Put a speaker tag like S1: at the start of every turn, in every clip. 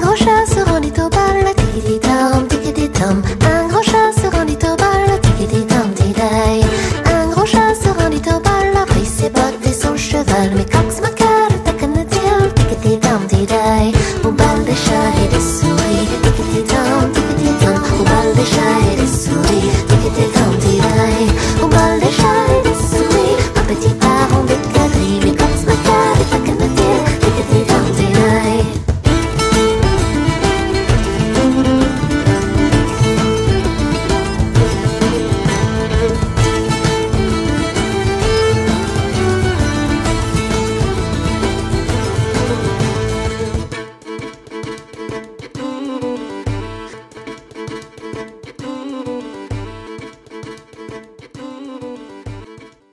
S1: grand chat se rendit au bal, tic-tic-tom, tic-tic-tom. Un grand chat se rendit au bal, tic-tic-tom, tic-day. Un grand chat se rendit au bal, a pris ses bottes et son cheval. Mais Cox Macar, tac and tail, tic-tic-tom, tic-day. Au bal des chats et des souris, tic-tic-tom, tic-tic-tom. Au bal des chats et des souris, tic-tic-tom, tic-day. Au bal des chats et des souris, un petit baron de quadrille. Mais Cox Macar, tac and tail, tic-tic-tom, tic-day.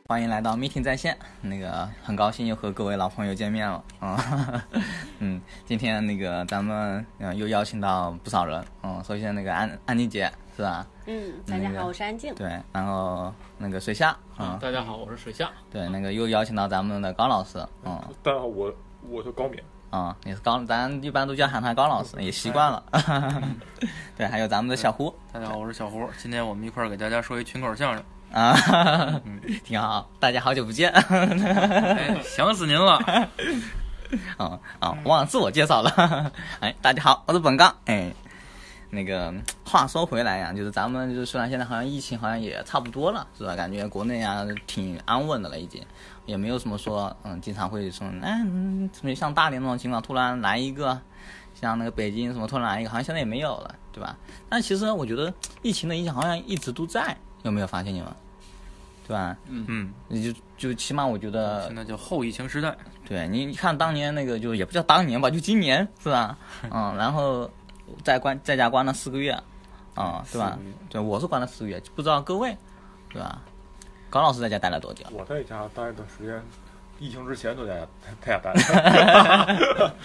S2: 欢迎来到 Meeting 在线，那个很高兴又和各位老朋友见面了啊， 嗯，今天那个咱们嗯又邀请到不少人，嗯，首先那个安安妮姐是吧？
S3: 嗯，大家
S2: 那个
S3: 好，我是安静。
S2: 对，然后那个水夏，嗯，
S4: 大家好，我是水下。
S2: 对，那个又邀请到咱们的高老师，嗯
S5: 大家好，我我叫高冕，
S2: 啊、也是高，咱一般都叫喊他高老师，也习惯了。 对，还有咱们的小胡
S4: 大家好，我是小胡。今天我们一块儿给大家说一群口 相声。
S2: 啊， 挺好，大家好久不见。
S4: 哎，想死您 了！
S2: 啊啊，忘了自 我介绍了。哎，大家好，我是本刚。哎，那个话说回来呀，就是咱们就是虽然现在好像疫情好像也差不多了，是吧？感觉国内啊挺安稳的了，已经也没有什么说嗯，经常会说哎，嗯怎么像大连那种情况突然来一个，像那个北京什么突然来一个，好像现在也没有了，对吧？但其实我觉得疫情的影响好像一直都在，有没有发现你们？对吧？
S4: 嗯，
S2: 你就就起码我觉得
S4: 现在叫后疫情时代。
S2: 对你你看当年那个就也不叫当年吧，就今年是吧？嗯，然后在关在家关了四个月，啊、对吧
S4: 四个月？
S2: 对，我是关了四个月，不知道各位，对吧？高老师在家待了多久？
S5: 我在家待的时间，疫情之前都在家 在家待着，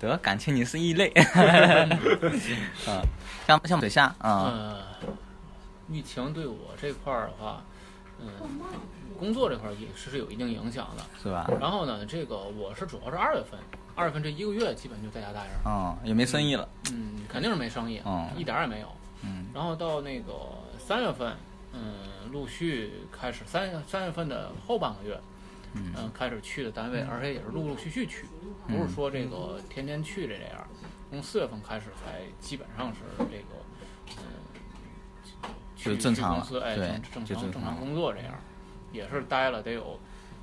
S2: 得，感情你是异类。 嗯，像像水下
S4: 嗯
S2: 啊、
S6: 呃，疫情对我这块儿的话，嗯、工作这块儿也是是有一定影响的。
S2: 是吧？
S6: 然后呢，这个我是主要是二月份，二月份这一个月基本就在家待着，
S2: 嗯，也没生意了。
S6: 嗯，肯定是没生意，
S4: 哦
S2: 嗯
S6: 一点儿也没有。
S2: 嗯
S6: 然后到那个三月份，嗯，陆续开始三月三月份的后半个月，嗯、开始去的单位，而且也是陆陆续续去，不是说这个天天去这样。从四月份开始才基本上是这个，嗯，去
S2: 就正常了
S6: 去公司哎，
S2: 对
S6: 正
S2: 就
S6: 正
S2: 正常
S6: 常正常工作这样，也是待了得有，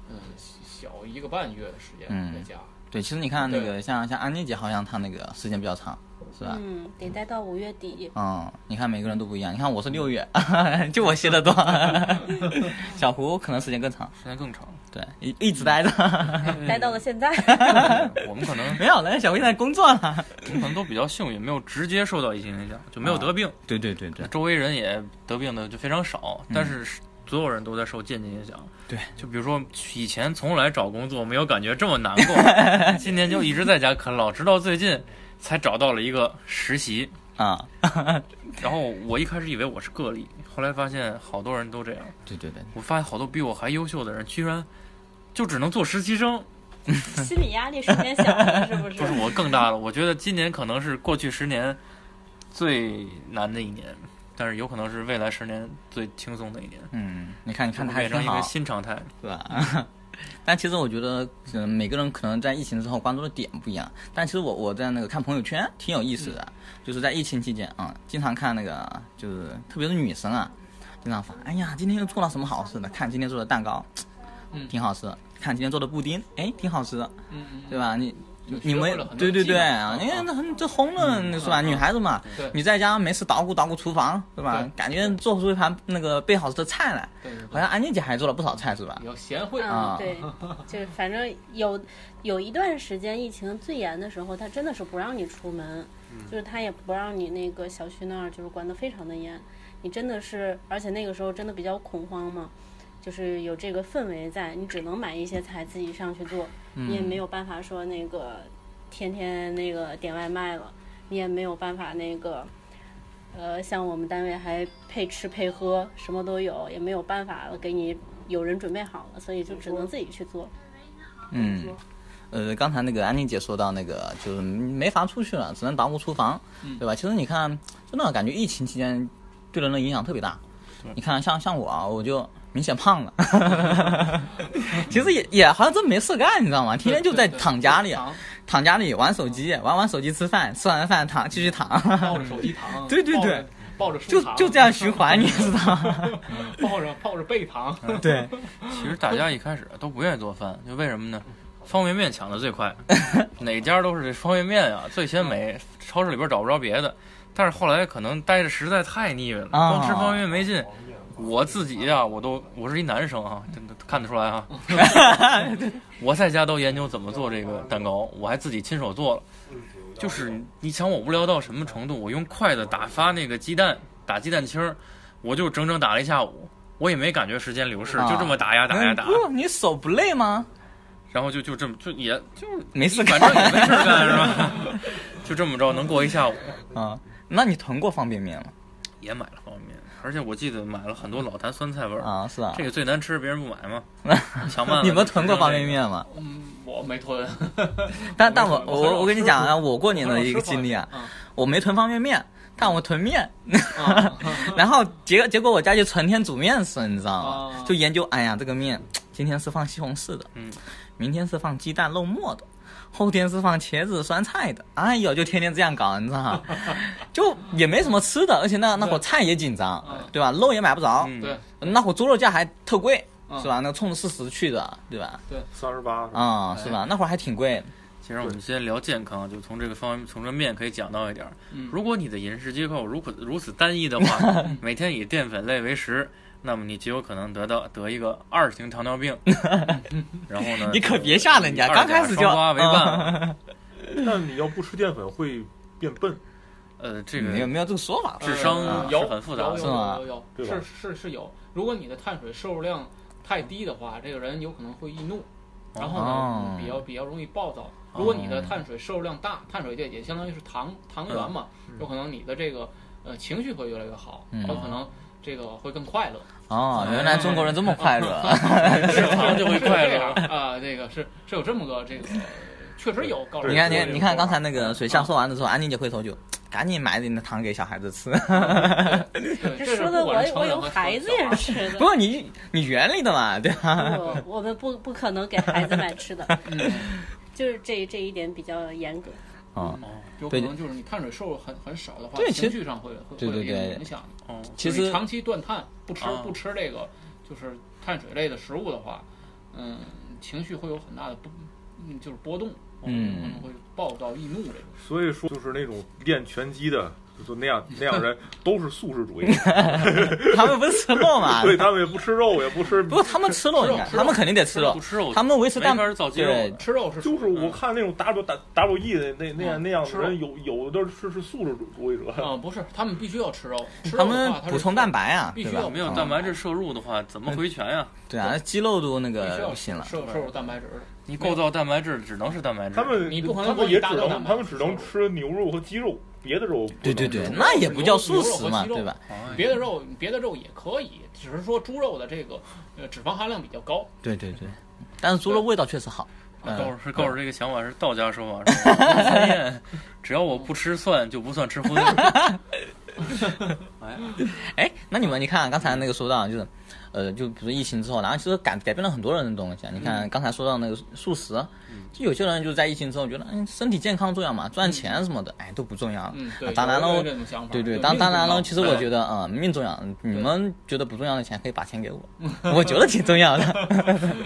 S6: 嗯，小一个半月的时间
S2: 嗯
S6: 在家。
S2: 对，其实你看那个
S6: 对
S2: 像像安妮姐，好像她那个时间比较长，是吧？
S3: 嗯，得待到五月底。
S2: 嗯，你看每个人都不一样。你看我是六月， 就我歇的多。 小胡可能时间更长，
S4: 时间更长，
S2: 对，一一直待着。
S3: 待到了现在，
S4: 我们可能
S2: 没有了，小胡现在工作了。
S4: 我们可能都比较幸运，没有直接受到疫情影响，就没有得病。
S2: 对对对啊对嗯
S4: 周围人也得病的就非常少，但是所有人都在受间接影响。
S2: 对，
S4: 就比如说以前从来找工作没有感觉这么难 过，今年就一直在家啃老，直到最近才找到了一个实习。
S2: 啊，
S4: 然后我一开始以为我是个例，后来发现好多人都这样。
S2: 对对对，
S4: 我发现好多比我还优秀的人，居然就只能做实习生。
S3: 心理压力瞬间小了，是不是
S4: 不是？我更大了，我觉得今年可能是过去十年最难的一年，但是有可能是未来十年最轻松的一年。
S2: 嗯，你看你看
S4: 它
S2: 他还
S4: 变
S2: 挺
S4: 成一
S2: 好，
S4: 个新常态。
S2: 是吧？ 但其实我觉得，嗯，每个人可能在疫情之后关注的点不一样。但其实我我在那个看朋友圈挺有意思的，就是在疫情期间啊、经常看那个，就是特别是女生啊，经常发，哎呀，今天又做了什么好事呢？看今天做的蛋糕，
S6: 嗯
S2: 挺好吃；看今天做的布丁，哎，挺好吃的，
S6: 嗯嗯
S2: 对吧？你
S6: 就
S2: 你
S6: 学会
S2: 们
S6: 了很多
S2: 对对
S6: 技
S2: 对
S6: 能
S2: 啊，
S6: 嗯
S2: 因为
S6: 嗯
S2: 那这红了是吧？
S6: 嗯嗯
S2: 女孩子嘛，
S6: 对
S2: 你在家没事捣鼓捣鼓厨房是吧
S6: 对？
S2: 感觉做出一盘那个备好吃的菜来，
S6: 对对
S2: 好
S6: 对，
S2: 像安妮姐还做了不少菜是吧
S6: 比？较贤惠
S2: 啊
S3: 嗯，对，就是反正有有一段时间疫情最严的时候，他真的是不让你出门，就是他也不让你那个小区那儿就是管得非常的严，你真的是，而且那个时候真的比较恐慌嘛，就是有这个氛围在，你只能买一些菜自己上去做，你也没有办法说那个天天那个点外卖了，你也没有办法那个。呃，像我们单位还配吃配喝，什么都有，也没有
S6: 嗯
S3: 办法了，给你有人准备好了，所以就只能自己去做。
S2: 嗯，呃，刚才那个安妮姐说到那个，就是没法出去了，只能忙活厨房，
S6: 嗯
S2: 对吧？其实你看，真的感觉疫情期间对人的影响特别大。你看，像像我啊，我就明显胖 了。 其实也也好像真没事干，你知道吗？天天就在躺家里，啊
S6: 躺
S2: 躺家里玩手机，玩玩手机吃饭，吃完饭躺继续 躺，
S6: 抱着手机躺，
S2: 对对
S6: 抱
S2: 对
S6: 着，抱着书
S2: 就
S6: 躺
S2: 就这样循环，你知道吗？
S6: 抱着抱着背躺，
S2: 对，
S4: 其实大家一开始都不愿意做饭，就为什么呢？
S2: 嗯
S4: 方便面抢的最 快，哪家都是这方便面啊，最鲜美，
S2: 嗯
S4: 超市里边找不着别的。但是后来可能待着实在太腻歪了，
S2: 啊
S4: 光吃方便面没劲。我自己呀、我都我是一男生啊，真的看得出来 啊。 我在家都研究怎么做这个蛋糕，我还自己亲手做了。就是你想我无聊到什么程度？我用筷子打发那个鸡蛋，打鸡蛋清儿，我就整整打了一下午，我也没感觉时间流逝，
S2: 啊
S4: 就这么打呀打呀打。
S2: 不，你手不累吗？
S4: 然后就就这么就也就是
S2: 没事
S4: 反
S2: 干
S4: 正也没事儿干是吧？ 就这么着能过一下午，
S2: 啊。那你囤过方便面吗？
S4: 也买了方便面，而且我记得买了很多老坛酸菜味儿，
S2: 啊，是啊
S4: 这。个最难吃，别人不买嘛， 想办法。
S2: 你们囤过方便？面吗？
S6: 嗯，我没吞，
S2: 但但我
S6: 我
S2: 我我跟你讲啊，我过年的一个经历啊，
S6: 嗯
S2: 我没囤方便面，但我囤面，
S6: 啊，
S2: 然后结结果我家就成天煮面吃，你知道吗
S6: 啊？
S2: 就研究，哎呀，这个面今天是放西红柿的，
S4: 嗯，
S2: 明天是放鸡蛋肉末的，后天是放茄子酸菜的，哎呦，就天天这样搞，你知道 吗？就也没什么吃的，而且那那会儿菜也紧张，对啊吧？肉也买不着，
S4: 嗯，
S6: 对，
S2: 那会儿猪肉价还特贵，
S6: 嗯
S2: 是吧？那冲着四十去的，对吧？
S5: 三十八，
S2: 啊，是吧？那会儿还挺贵，
S4: 其实我们先聊健康，就从这个方面，从这面可以讲到一点儿。
S6: 嗯
S4: 如果你的饮食结构如此如此单一 的话，每天以淀粉类为食，那么你极有可能得到得一个二型糖尿 病。然后呢，
S2: 你可别吓人家刚开始就嗯
S4: 双瓜为
S2: 啊
S4: 伴。
S5: 那你要不吃淀粉会变笨，
S4: 呃，这
S2: 嗯没有
S4: 个
S2: 没有这个说法吧？
S4: 智商
S6: 呃
S4: 是
S6: 有
S4: 很复杂的
S6: 有
S2: 啊是吗
S6: 有有有
S5: 对吧
S6: 是是是有。如果你的碳水摄入量太低的话，这个人有可能会易怒，然后
S2: 哦
S6: 呢比较比较容易暴躁。如果你的碳水摄入量大，碳水也也相当于是糖糖原嘛，有可能你的这个呃情绪会越来越好，
S2: 嗯
S6: 有可能这个会更 快乐。
S2: 哦，原来中国人这么快乐。
S4: 吃糖就会快
S6: 是 这样
S4: 乐。
S6: 啊，这个是是有这么个这个，确实有高
S5: 对
S2: 你
S5: 应
S2: 看，
S5: 该
S2: 你
S5: 对
S2: 看，你
S5: 对
S2: 看，
S5: 对
S2: 刚才那个水象说完的时候，安妮姐回头就 赶紧买点糖给小孩子吃。
S6: 这
S3: 这说的我我有孩子也是吃的
S2: 不。过你你原理的嘛，对吧？
S3: 我我们不不可能给孩子买吃的，
S6: 嗯，
S3: 就是这这一点比较严格。
S2: 哦，
S6: 有可
S2: 对
S6: 能就是你碳水摄入很很少的话
S2: 对，其实
S6: 情绪上会会
S2: 对
S6: 会
S2: 对
S6: 有一定
S2: 对
S6: 影响。
S4: 哦，
S2: 其
S6: 就是你
S2: 实
S6: 长期断碳，不吃
S4: 啊
S6: 不吃这个就是碳水类的食物的话，嗯，情绪会有很大的不，嗯，就是波动，
S2: 嗯
S6: 可能会暴躁易怒这种。
S5: 所以说就是那种练拳击的，就就那样那样 人都是素食主义，
S2: 他们不是吃肉
S6: 啊
S2: 嘛？
S5: 所以他们也不吃肉，也不吃。
S2: 不过他们吃肉，
S6: 吃肉
S2: 你看，
S6: 吃肉
S2: 他们肯定得吃肉
S4: 不，吃肉，
S2: 他们维持蛋
S4: 没法造肌肉的
S2: 对
S6: 吃肉是
S5: 就是我看那种 W W E 的那那样
S6: 嗯
S5: 那样
S6: 吃
S5: 的
S6: 肉
S5: 人，有有的是是素食主义者，
S6: 啊、不是，他们必须要吃肉，吃
S2: 他
S6: 肉的
S2: 们
S6: 话，它是
S2: 补充蛋，白啊，
S6: 必须
S2: 对吧
S6: 要？
S4: 没有蛋白质摄入的话，怎么回全呀？
S2: 对啊，鸡肉都那
S6: 必须
S2: 个
S6: 要
S2: 不行了。
S6: 摄入摄入蛋白质的。
S4: 你构造蛋白质只能是蛋白质。
S5: 他们
S6: 你不可能
S5: 他
S6: 光
S5: 们
S6: 一
S5: 也
S6: 大
S5: 只
S6: 顿
S5: 能
S6: 嘛
S5: 他们只能吃牛肉和鸡肉，别的肉不
S2: 对对
S5: 能吃
S2: 对，那也不叫素食嘛，
S6: 牛
S2: 对
S6: 肉啊
S2: 吧？
S4: 哎
S6: 别的肉，别的肉也可以，只是说猪肉的这个呃脂肪含量比较高，啊
S2: 对对对，但是猪肉味道确实好。嗯
S4: 告诉是告诉这个想法是道家说法，是吧三宴 只要我不吃蒜就不算吃荤。哎，
S2: 哎，那你们你看刚才那个说到就是，呃，就比如说疫情之后，然后其实改改变了很多人的东西啊。你看
S6: 嗯
S2: 刚才说到那个素食，就有些人就在疫情之后觉得，嗯，身体健康重要嘛，赚钱什么的，哎，都不重要了。
S6: 嗯，对，
S2: 啊当然
S6: 有有
S2: 喽
S6: 这种想法，
S2: 对对，
S6: 就
S2: 当
S6: 命
S2: 当然
S6: 重要
S2: 了，其实我觉得，嗯，命重要。你们觉得不重要的钱可以把钱给我，我觉得挺重要的，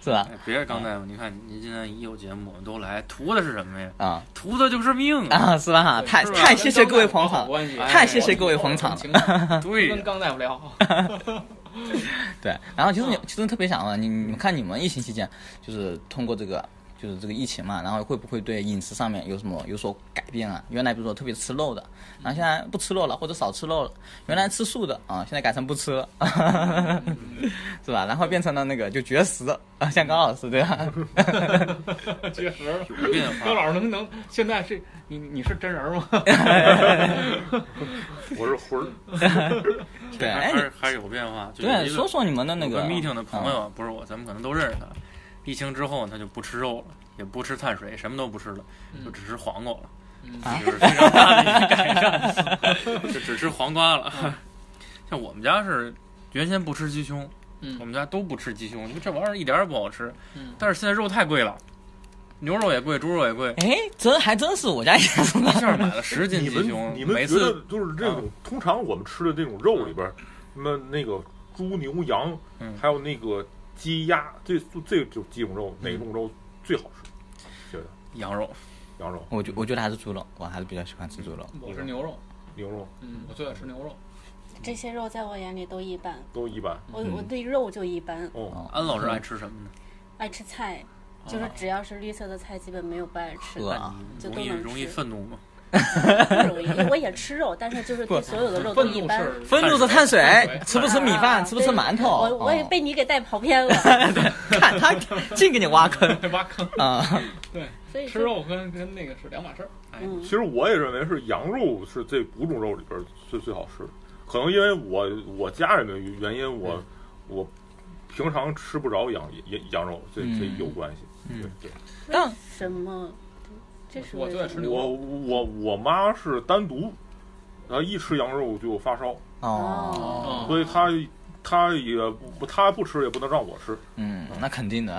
S2: 是吧？
S4: 哎别是刚大夫，你看您今天一有节目，我们都来，图的是什么呀？
S2: 啊
S4: 图的就是命！
S2: 啊，是吧？太
S6: 嗯是吧
S2: 太谢谢各位捧
S6: 跟张大夫搞好
S2: 场，
S6: 关系哎
S2: 太谢谢各位捧 场了。
S6: 了。
S4: 对
S6: 跟刚大夫聊，
S2: 对，然后其实你、其实特别想问你，你们看你们疫情期间，就是通过这个就是这个疫情嘛，然后会不会对饮食上面有什么有所改变啊？原来比如说特别吃肉的，然后现在不吃肉了，或者少吃肉了，原来吃素的啊，现在改成不吃 了，是吧？然后变成了那个就绝食啊，像高老师对吧？
S6: 确实。
S4: 有变
S6: 高
S4: 化。
S2: 啊
S6: 老师能能，现在是你你是真人吗？
S5: 我是魂儿。
S2: 对，
S4: 还
S2: 哎，
S4: 还
S2: 你
S4: 还是有变化。就有
S2: 对，
S4: 一个嗯
S2: 说说你们的那
S4: 有
S2: 个
S4: 个 meeting 的朋
S2: 啊
S4: 友，不是我，咱们可能都认识他。疫情之后他就不吃肉了，也不吃碳水，什么都不吃了，就只吃黄瓜了，
S6: 嗯
S2: 啊
S4: 就是非常大的一个改善，就只吃黄瓜了。 像我们家是原先不吃鸡胸，我
S6: 嗯
S4: 们家都不吃鸡胸，因为这玩意儿一点儿也不好吃。
S6: 嗯
S4: 但是现在肉太贵了，牛肉也贵，猪肉也贵，
S2: 哎，真还真是我家也是
S4: 一下买了十斤
S5: 你
S4: 鸡
S5: 们
S4: 胸，
S5: 你
S4: 每
S5: 们觉
S4: 次啊
S5: 得就是这种通常我们吃的这种肉里边儿，什么那个猪牛羊
S4: 嗯，
S5: 还有那个鸡鸭，这这就几种肉，哪种肉最好吃？
S4: 羊肉
S5: 羊肉、
S2: 我觉我觉得还是猪肉，我还是比较喜欢吃猪肉。
S6: 我是牛肉，
S5: 牛肉
S6: 嗯，我最爱吃牛肉。
S3: 这些肉在我眼里都一般，
S5: 都一般。
S3: 我我
S6: 嗯
S3: 对肉就一般，
S5: 哦，
S2: 哦
S4: 安老师爱吃什么呢？
S3: 爱吃菜，
S6: 啊
S3: 就是只要是绿色的菜，基本没有不爱吃
S2: 呵
S3: 的，
S2: 啊
S3: 就
S4: 容
S3: 都
S4: 易
S3: 能
S4: 容易
S3: 吃。
S4: 愤怒吗？
S3: 不容易，我也吃肉，但是就是对所有的肉都
S6: 愤
S3: 一
S6: 怒
S3: 般。
S6: 是
S2: 愤怒是碳水
S6: 碳水，
S2: 吃不吃米
S3: 啊
S2: 饭，吃不吃
S3: 对
S2: 馒头？
S3: 我我也
S2: 哦
S3: 被你给带跑偏了，
S2: 看他净给你挖坑
S6: 对 挖坑，
S2: 啊！
S6: 对，
S3: 所以
S6: 吃
S3: 说
S6: 肉跟跟那个是两码事儿。哎，
S3: 嗯
S5: 其实我也认为是羊肉是这五种肉里边儿最最好吃的，可能因为我我家人的原因，
S4: 嗯
S5: 我我平常吃不着羊羊羊肉，这这有关系。
S4: 嗯
S5: 对对。
S2: 但
S3: 什么？这是
S6: 我
S3: 为
S6: 最爱
S3: 什
S6: 吃
S3: 么
S6: 牛
S5: 我
S6: 肉，
S5: 我我妈是单独，然后一吃羊肉就发烧，
S2: 哦，
S6: 哦
S5: 所以她她也不她不吃也不能让我吃。
S2: 嗯，那肯定的。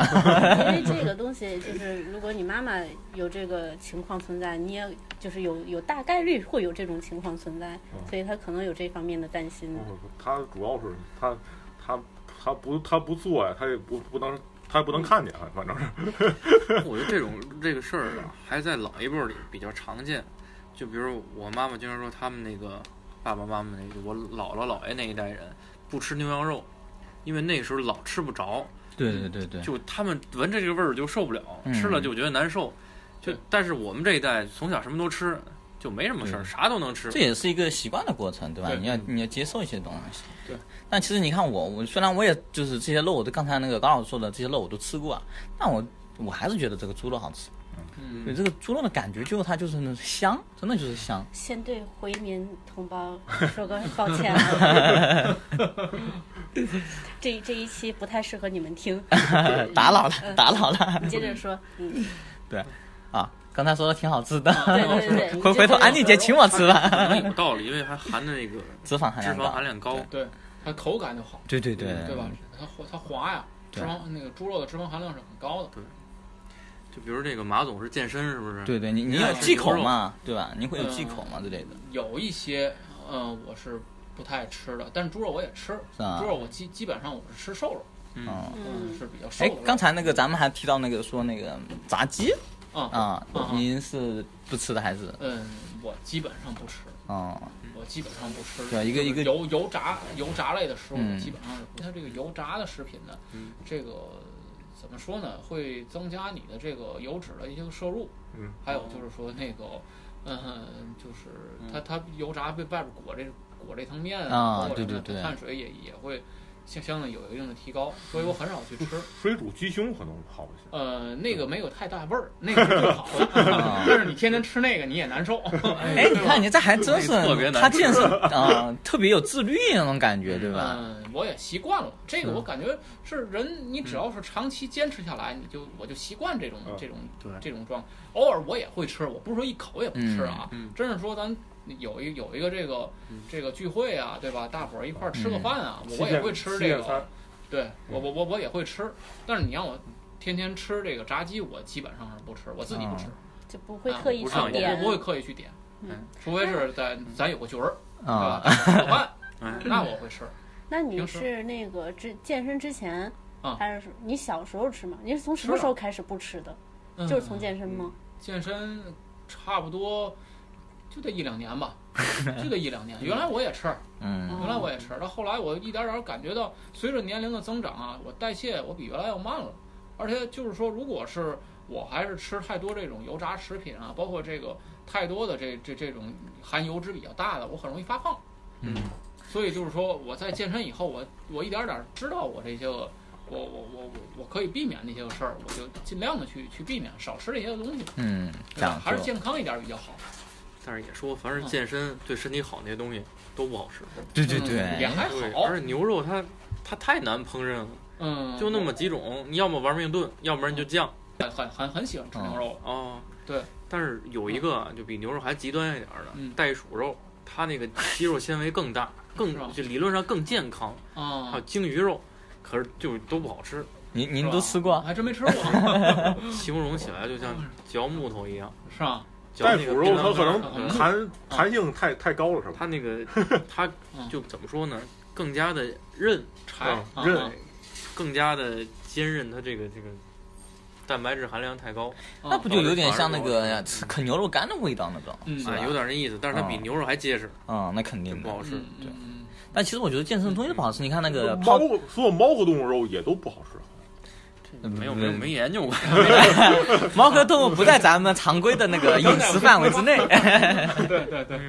S3: 因为这个东西就是，如果你妈妈有这个情况存在，你也就是有有大概率会有这种情况存在，
S2: 哦
S3: 所以她可能有这方面的担心。
S6: 嗯
S5: 她主要是她她她不她不做呀，她也不不能她也不能看见，啊反正是
S4: 我觉得这种这个事儿啊，还在老一辈儿里比较常见。就比如我妈妈经常说，他们那个爸爸妈妈那个，我姥姥姥爷那一代人不吃牛羊肉，因为那个时候老吃不着，
S2: 对对对对，
S4: 就他们闻着这个味儿就受不了，
S2: 嗯
S4: 吃了就觉得难受。就
S6: 对
S4: 但是我们这一代从小什么都吃，就没什么事儿，
S2: 对
S4: 啥都能吃。
S2: 这也是一个习惯的过程，对吧？
S6: 对
S2: 你要你要接受一些东西。
S6: 对。
S2: 但其实你看我，我虽然我也就是这些肉，我都刚才那个高老师说的这些肉我都吃过啊，但我我还是觉得这个猪肉好吃。对
S4: 嗯，
S2: 这个猪肉的感觉，就是它就是那种香，真的就是 香。
S3: 先对回民同胞说个抱歉啊， 这这一期不太适合你们 听，
S2: 打扰了，打扰了
S3: 你接着说，嗯，
S2: 啊！刚才说的挺好吃的，
S3: 对嗯对对 对，
S2: 回回头安
S3: 静
S2: 静姐请我吃吧。
S4: 可能有道理，因为还含的那个
S2: 嗯 脂肪 含
S4: 脂
S2: 量
S4: 肪
S2: 高
S4: 含。量高。
S6: 对，它口感就好，
S2: 对对对，
S6: 对吧？？它滑它滑呀，脂
S2: 对
S6: 肪那个猪肉的脂肪含量是很高的。
S4: 就比如这个马总是健身，是不是？，
S2: 对对，你你
S4: 嗯
S2: 有忌口嘛，对吧？你会有忌口嘛之类的，
S6: 有一些，呃，我是不太吃的，但是猪肉我也吃，
S2: 是吧
S6: 猪？肉我基基本上我是吃瘦肉，
S4: 嗯，
S2: 嗯。
S3: 嗯，
S6: 是比较瘦
S2: 哎
S6: 的肉。，
S2: 刚才那个咱们还提到那个说那个炸鸡
S6: 啊，
S2: 啊，您是不吃的还是？
S6: 嗯，我基本上不吃，
S2: 哦，
S6: 我基本上不吃。
S2: 对一个
S6: 就是
S2: 一个
S6: 油油炸油炸类的食物，
S2: 嗯
S6: 基本上是不它这个油炸的食品呢，
S4: 嗯
S6: 这个怎么说呢？会增加你的这个油脂的一些摄入。
S5: 嗯，
S6: 还有就是说那个，嗯，就是它它油炸被外边裹这裹这层面
S2: 啊
S6: 包括
S2: 对
S6: 什么
S2: 对
S6: 的
S2: 对。
S6: 碳水也也会相相应有一定的提高，所以我很少去吃。
S5: 水煮鸡胸可能好一些。
S6: 呃，那个没有太大味儿， 那个是最好的但是你天天吃那个，你也难受。哎
S2: 哎，你看你这还真是
S4: 那个特别难吃
S2: 他健身啊，特别有自律那种感觉，对吧？
S6: 嗯，我也习惯了。这个我感觉是人，你只要是长期坚持下来，你就我就习惯这种
S5: 嗯
S6: 这种
S4: 对
S6: 这种状。偶尔我也会吃，我不是说一口也不吃啊
S4: 嗯嗯。
S6: 真是说咱有一有一个这个这个聚会啊，对吧？大伙儿一块儿吃个饭啊，
S5: 嗯
S6: 我也会吃
S5: 西
S6: 这
S5: 线餐
S6: 个。对我我我我也会吃，但是你让我天天吃这个炸鸡，我基本上是不吃，我自己不吃，
S3: 就不会
S6: 啊
S3: 刻意
S4: 不
S3: 去
S4: 上
S6: 我
S4: 瘾
S6: 不我
S3: 点
S6: 不，会刻意去点，
S4: 嗯
S6: 除非是咱咱有个局儿，对嗯吧？
S2: 啊，
S6: 吃个饭，
S4: 哎，
S6: 那我会吃。
S3: 嗯 那你
S6: 平时
S3: 是那个之健身之前，
S6: 啊
S3: 还是你小时候吃吗？你是从什么
S6: 吃啊
S3: 时候开始不吃的？
S6: 嗯
S3: 就是从健身吗？
S6: 健身差不多就得一两年吧，就得一两年。原来我也吃，
S2: 嗯
S3: 哦
S6: 原来我也吃，到后来我一点点感觉到，随着年龄的增长啊，我代谢我比原来要慢了，而且就是说，如果是我还是吃太多这种油炸食品啊，包括这个 太多的这啊这这种含油脂比较大的，我很容易发胖。
S2: 嗯，
S6: 所以就是说，我在健身以后，我我一点点知道我这些个。我我我我我可以避免那些个事儿，我就尽量的去去避免，少吃这些个东西。
S2: 嗯，
S6: 对吧
S2: 讲
S6: 还是
S2: 究，
S6: 健康一点比 较好。
S4: 但是也说，凡
S2: 啊
S4: 是健身对身体好那些东西都不好吃。
S2: 对对
S6: 嗯
S2: 对，
S6: 也还
S4: 对，
S6: 好
S4: 而，且牛肉它它太难烹饪了，
S6: 嗯，
S4: 就那么几种，你要么玩命炖，要不然就酱，
S6: 很很很很喜欢吃牛肉了。
S4: 哦，
S6: 对，
S4: 但是有一个啊就比牛肉还极端一点儿的
S6: 嗯
S4: 袋鼠肉，它那个肌肉纤维更 大，更
S6: 是吧
S4: 就理论上更健康。
S2: 嗯
S4: 还有
S6: 啊，
S4: 鲸鱼肉，可是就都不好吃，
S2: 您
S6: 是
S2: 您
S6: 吧嗯
S2: 都吃过？
S6: 还真 没吃过，是
S4: 形容起来就像
S6: 嗯
S4: 嚼木头一样。
S6: 吧？
S4: 嚼
S5: 袋
S4: 那个
S5: 鼠肉
S4: 槟榔
S5: 它可
S4: 干儿
S5: 能
S6: 嗯
S5: 弹弹性太太高了，是吧？
S4: 它那个 它
S6: 嗯
S4: 就怎么说呢？更加的韧柴
S5: 嗯，
S6: 啊
S5: 韧
S4: 更加的坚韧，它这个这个蛋白质含量太高，
S2: 那不就有点像那
S4: 哦
S2: 个吃啃牛肉干的味道那种？
S6: 嗯
S2: 是吧
S4: 啊，有点那意思。但是它比
S2: 嗯
S4: 牛肉还结实，
S2: 嗯，那肯定
S4: 不
S2: 的。
S4: 好吃。
S6: 嗯
S2: 对
S6: 嗯
S2: 但其实我觉得健身的东西不好吃，你看那个
S5: 猫
S2: 泡，
S5: 所有猫科动物肉也都不好吃。
S6: 哎
S2: 嗯
S4: 没有没有没研究过，
S2: 猫科动物不在咱们常规的那个饮食范围之内。
S6: 嗯对 对对，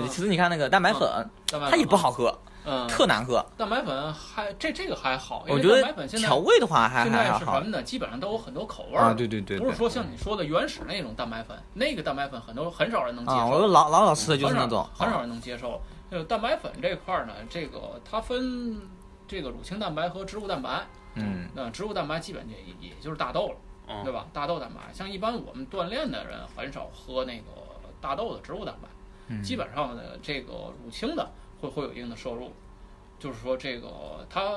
S2: 对，其实你看那个蛋白粉，
S6: 嗯蛋白粉
S2: 它也不好喝，
S6: 嗯，
S2: 特难喝。
S6: 蛋白粉还这这个还好，因
S2: 我
S6: 为
S2: 觉
S6: 蛋白
S2: 得
S6: 粉现在
S2: 调味的话还
S6: 现
S2: 还
S6: 在
S2: 还
S6: 是什
S2: 好
S6: 么呢？基本上都有很多口味儿、
S2: 啊，对对对
S6: 不是
S2: 对。
S6: 说像你说的原始那种蛋白粉，那个蛋白粉很多很少人能接受，
S2: 啊，我说老老老吃的
S6: 很
S2: 就
S6: 少
S2: 是那种，啊
S6: 很少人能接受。呃，蛋白粉这块儿呢，这个它分这个乳清蛋白和植物蛋白，
S2: 嗯，
S6: 那植物蛋白基本也也就是大豆了， 对
S4: 嗯，
S6: 吧？大豆蛋白，像一般我们锻炼的人很少喝那个大豆的植物蛋白，
S2: 嗯
S6: 基本上呢，这个乳清的会会有一定的摄入，就是说这个它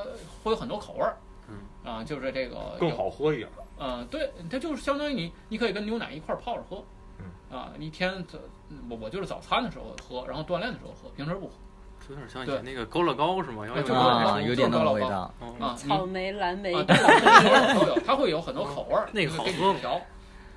S6: 会有很多口味儿，
S4: 嗯
S6: 啊，就是这个
S5: 更
S6: 有
S5: 好喝一点。
S6: 呃，对，它就是相当于你，你可以跟牛奶一块儿泡着喝，
S4: 嗯
S6: 啊，一天早，我我就是早餐的时候喝，然后锻炼的时候喝，平时不喝。
S4: 有点像以前那个勾乐高是吗？要
S6: 对
S4: 不
S6: 就
S4: 然
S6: 是
S2: 啊，有点那种味道。
S4: 哦
S6: 啊
S3: 草莓、蓝莓
S4: 嗯
S6: 啊，，对， 都有都有，它会有很多口味儿，
S4: 那个
S6: 就
S4: 好
S6: 给你
S4: 喝吗
S6: 调，